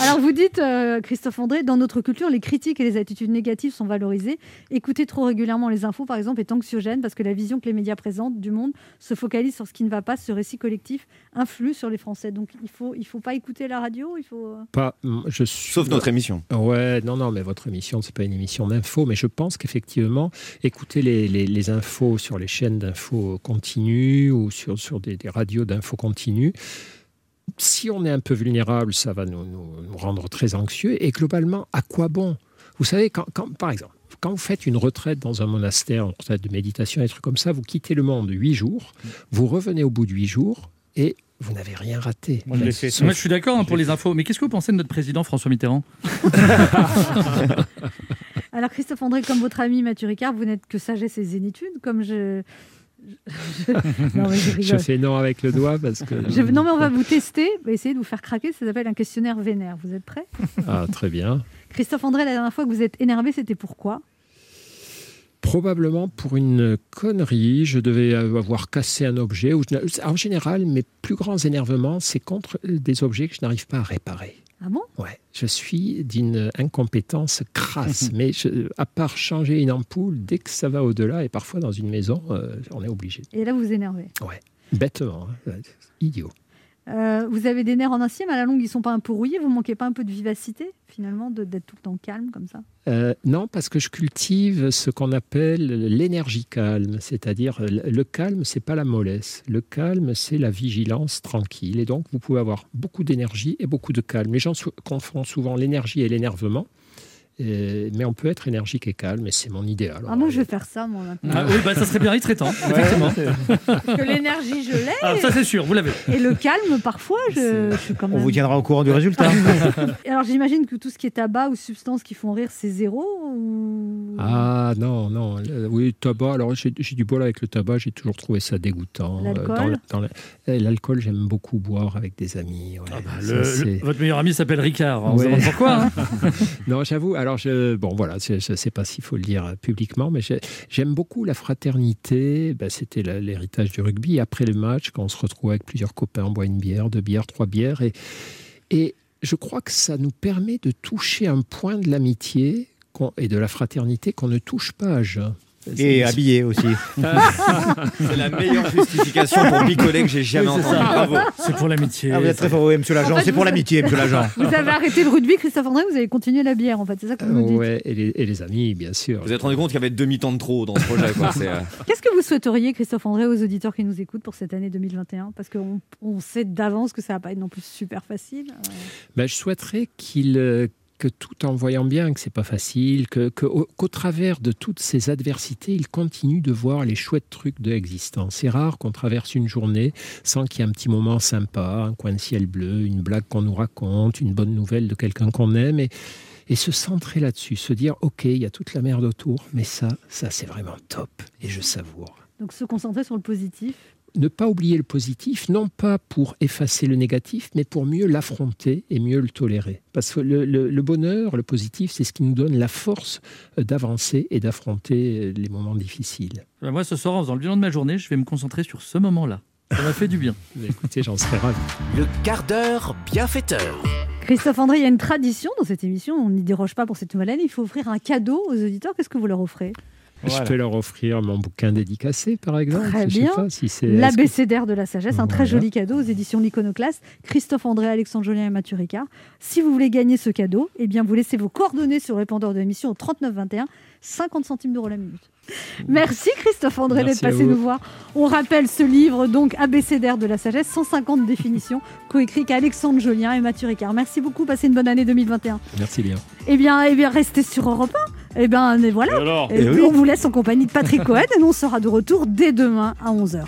Speaker 3: Alors vous dites, euh, Christophe André, dans notre culture, les critiques et les attitudes négatives sont valorisées. Écouter trop régulièrement les infos, par exemple, est anxiogène parce que la vision que les médias présentent du monde se focalise sur ce qui ne va pas. Ce récit collectif influe sur les Français. Donc il faut, il faut pas écouter la radio. Il faut. euh,
Speaker 12: Pas, je suis-
Speaker 5: Sauf notre émission.
Speaker 12: Ouais, non, non, mais votre émission, c'est pas une émission d'info, mais je pense qu'effectivement, écouter les, les- les infos sur les chaînes d'infos continues ou sur, sur des, des radios d'infos continues, si on est un peu vulnérable, ça va nous, nous- nous rendre très anxieux. Et globalement, à quoi bon Vous savez, quand, quand- par exemple, quand vous faites une retraite dans un monastère, une retraite de méditation, des trucs comme ça, vous quittez le monde huit jours, vous revenez au bout de huit jours et vous n'avez rien raté.
Speaker 7: Moi, je suis d'accord hein, pour les infos, mais qu'est-ce que vous pensez de notre président François Mitterrand
Speaker 3: Alors Christophe André, comme votre ami Mathieu Ricard, vous n'êtes que sagesse et zénitude, comme je. je- Non, mais je rigole.
Speaker 12: je fais non avec le doigt parce que.
Speaker 3: Je- non, mais on va vous tester, on va essayer de vous faire craquer. Ça s'appelle un questionnaire vénère. Vous êtes prêts
Speaker 12: Ah, très bien.
Speaker 3: Christophe André, la dernière fois que vous êtes énervé, c'était pourquoi
Speaker 12: Probablement pour une connerie, je devais avoir cassé un objet. ou je n'a- En général, mes plus grands énervements, c'est contre des objets que je n'arrive pas à réparer.
Speaker 3: Ah bon
Speaker 12: Ouais, je suis d'une incompétence crasse, mais je- à part changer une ampoule, dès que ça va au-delà, et parfois dans une maison, euh, on est obligé.
Speaker 3: Et là, vous vous énervez.
Speaker 12: Ouais, bêtement, hein. idiot.
Speaker 3: Euh, vous avez des nerfs en acier, mais à la longue, ils sont pas un peu rouillés. Vous manquez pas un peu de vivacité, finalement, de- d'être tout le temps calme comme ça
Speaker 12: Euh, non, parce que je cultive ce qu'on appelle l'énergie calme, c'est-à-dire euh, le calme, c'est pas la mollesse. Le calme, c'est la vigilance tranquille. Et donc, vous pouvez avoir beaucoup d'énergie et beaucoup de calme. Les gens sou- confondent souvent l'énergie et l'énervement, Euh, mais on peut être énergique et calme, et c'est mon idéal.
Speaker 3: Ah, moi, je vais faire ça, moi, maintenant.
Speaker 7: Ah oui, bah, ça serait bien, il serait temps, effectivement.
Speaker 3: Parce que l'énergie, je l'ai.
Speaker 7: Ah, ça c'est sûr, vous l'avez.
Speaker 3: Et le calme, parfois, je, je suis quand
Speaker 6: On
Speaker 3: même.
Speaker 6: vous tiendra au courant du résultat.
Speaker 3: Alors, j'imagine que tout ce qui est tabac ou substances qui font rire, c'est zéro ou...
Speaker 12: Ah non, non. le- oui, tabac. Alors j'ai j'ai du bol avec le tabac, j'ai toujours trouvé ça dégoûtant. Euh,
Speaker 7: L'alcool
Speaker 12: dans le- dans le- eh, L'alcool, j'aime beaucoup boire avec des amis. ouais. Ça,
Speaker 7: Ah bah, Le-
Speaker 12: c'est-
Speaker 7: le- votre meilleur ami s'appelle Ricard, on se
Speaker 12: Ouais.
Speaker 7: demande pourquoi. hein.
Speaker 12: non, j'avoue. Alors, je, bon, voilà, je ne sais pas s'il faut le dire euh, publiquement, mais j'ai- j'aime beaucoup la fraternité. Ben, C'était la- l'héritage du rugby. Après les matchs, quand on se retrouve avec plusieurs copains, on boit une bière, deux bières, trois bières. Et, et je crois que ça nous permet de toucher un point de l'amitié qu'on- et de la fraternité qu'on ne touche pas à jeun.
Speaker 6: Et habillé aussi.
Speaker 12: C'est
Speaker 5: la meilleure justification pour picoler que j'ai jamais
Speaker 6: Oui, c'est
Speaker 5: entendue.
Speaker 6: ça.
Speaker 5: Bravo.
Speaker 7: C'est pour l'amitié.
Speaker 6: Ah, vous êtes très fort, oui, monsieur
Speaker 3: En
Speaker 6: l'agent.
Speaker 3: fait,
Speaker 6: C'est pour
Speaker 3: vous-
Speaker 6: l'amitié, monsieur l'agent.
Speaker 3: Vous avez arrêté le rugby, Christophe André, vous avez continué la bière, en fait. C'est ça que Ah, vous nous dites.
Speaker 12: Ouais, et les, et les amis, bien sûr.
Speaker 5: Vous vous êtes rendu compte qu'il y avait demi-temps de trop dans ce projet. quoi. C'est, euh,
Speaker 3: Qu'est-ce que vous souhaiteriez, Christophe André, aux auditeurs qui nous écoutent pour cette année 2021 Parce qu'on on sait d'avance que ça va pas être non plus super facile. Euh,
Speaker 12: Ben, je souhaiterais qu'il, euh, que tout en voyant bien que c'est pas facile, que, que- au- qu'au travers de toutes ces adversités, il continue de voir les chouettes trucs de l'existence. C'est rare qu'on traverse une journée sans qu'il y ait un petit moment sympa, un coin de ciel bleu, une blague qu'on nous raconte, une bonne nouvelle de quelqu'un qu'on aime, et, et se centrer là-dessus, se dire ok, il y a toute la merde autour, mais ça, ça c'est vraiment top, et je savoure
Speaker 3: Donc se concentrer sur le positif.
Speaker 12: ne pas oublier le positif, non pas pour effacer le négatif, mais pour mieux l'affronter et mieux le tolérer. Parce que le, le- le bonheur, le positif, c'est ce qui nous donne la force euh, d'avancer et d'affronter euh, les moments difficiles.
Speaker 7: Bah, Moi, ce soir, en faisant le bilan de ma journée, je vais me concentrer sur ce moment-là. Ça m'a fait du bien.
Speaker 12: Écoutez, j'en serais ravi.
Speaker 18: Le quart d'heure bienfaiteur.
Speaker 3: Christophe André, il y a une tradition dans cette émission, on n'y déroge pas pour cette nouvelle année, il faut offrir un cadeau aux auditeurs. Qu'est-ce que vous leur offrez
Speaker 12: Je peux leur offrir mon bouquin dédicacé, par exemple.
Speaker 3: Très
Speaker 12: je
Speaker 3: bien.
Speaker 12: sais pas si c'est... est-ce que-
Speaker 3: L'abécédaire de la sagesse, un très
Speaker 12: Voilà.
Speaker 3: joli cadeau aux éditions L'Iconoclaste. Christophe André, Alexandre Jolien et Mathieu Ricard. Si vous voulez gagner ce cadeau, eh bien vous laissez vos coordonnées sur le répondeur de l'émission au 3921, 50 centimes d'euros la minute. Merci Christophe André d'être
Speaker 12: Merci à
Speaker 3: passé
Speaker 12: vous.
Speaker 3: nous voir. On rappelle ce livre, donc Abécédaire de la sagesse, 150 définitions, coécrit qu'Alexandre Jolien et Mathieu Ricard. Merci beaucoup, passez une bonne année 2021.
Speaker 12: Merci bien.
Speaker 3: Eh bien, eh bien restez sur Europe 1. Eh bien, et voilà.
Speaker 12: Et alors
Speaker 3: Et
Speaker 12: Eh oui.
Speaker 3: On vous laisse en compagnie de Patrick Cohen et nous, on sera de retour dès demain à 11h.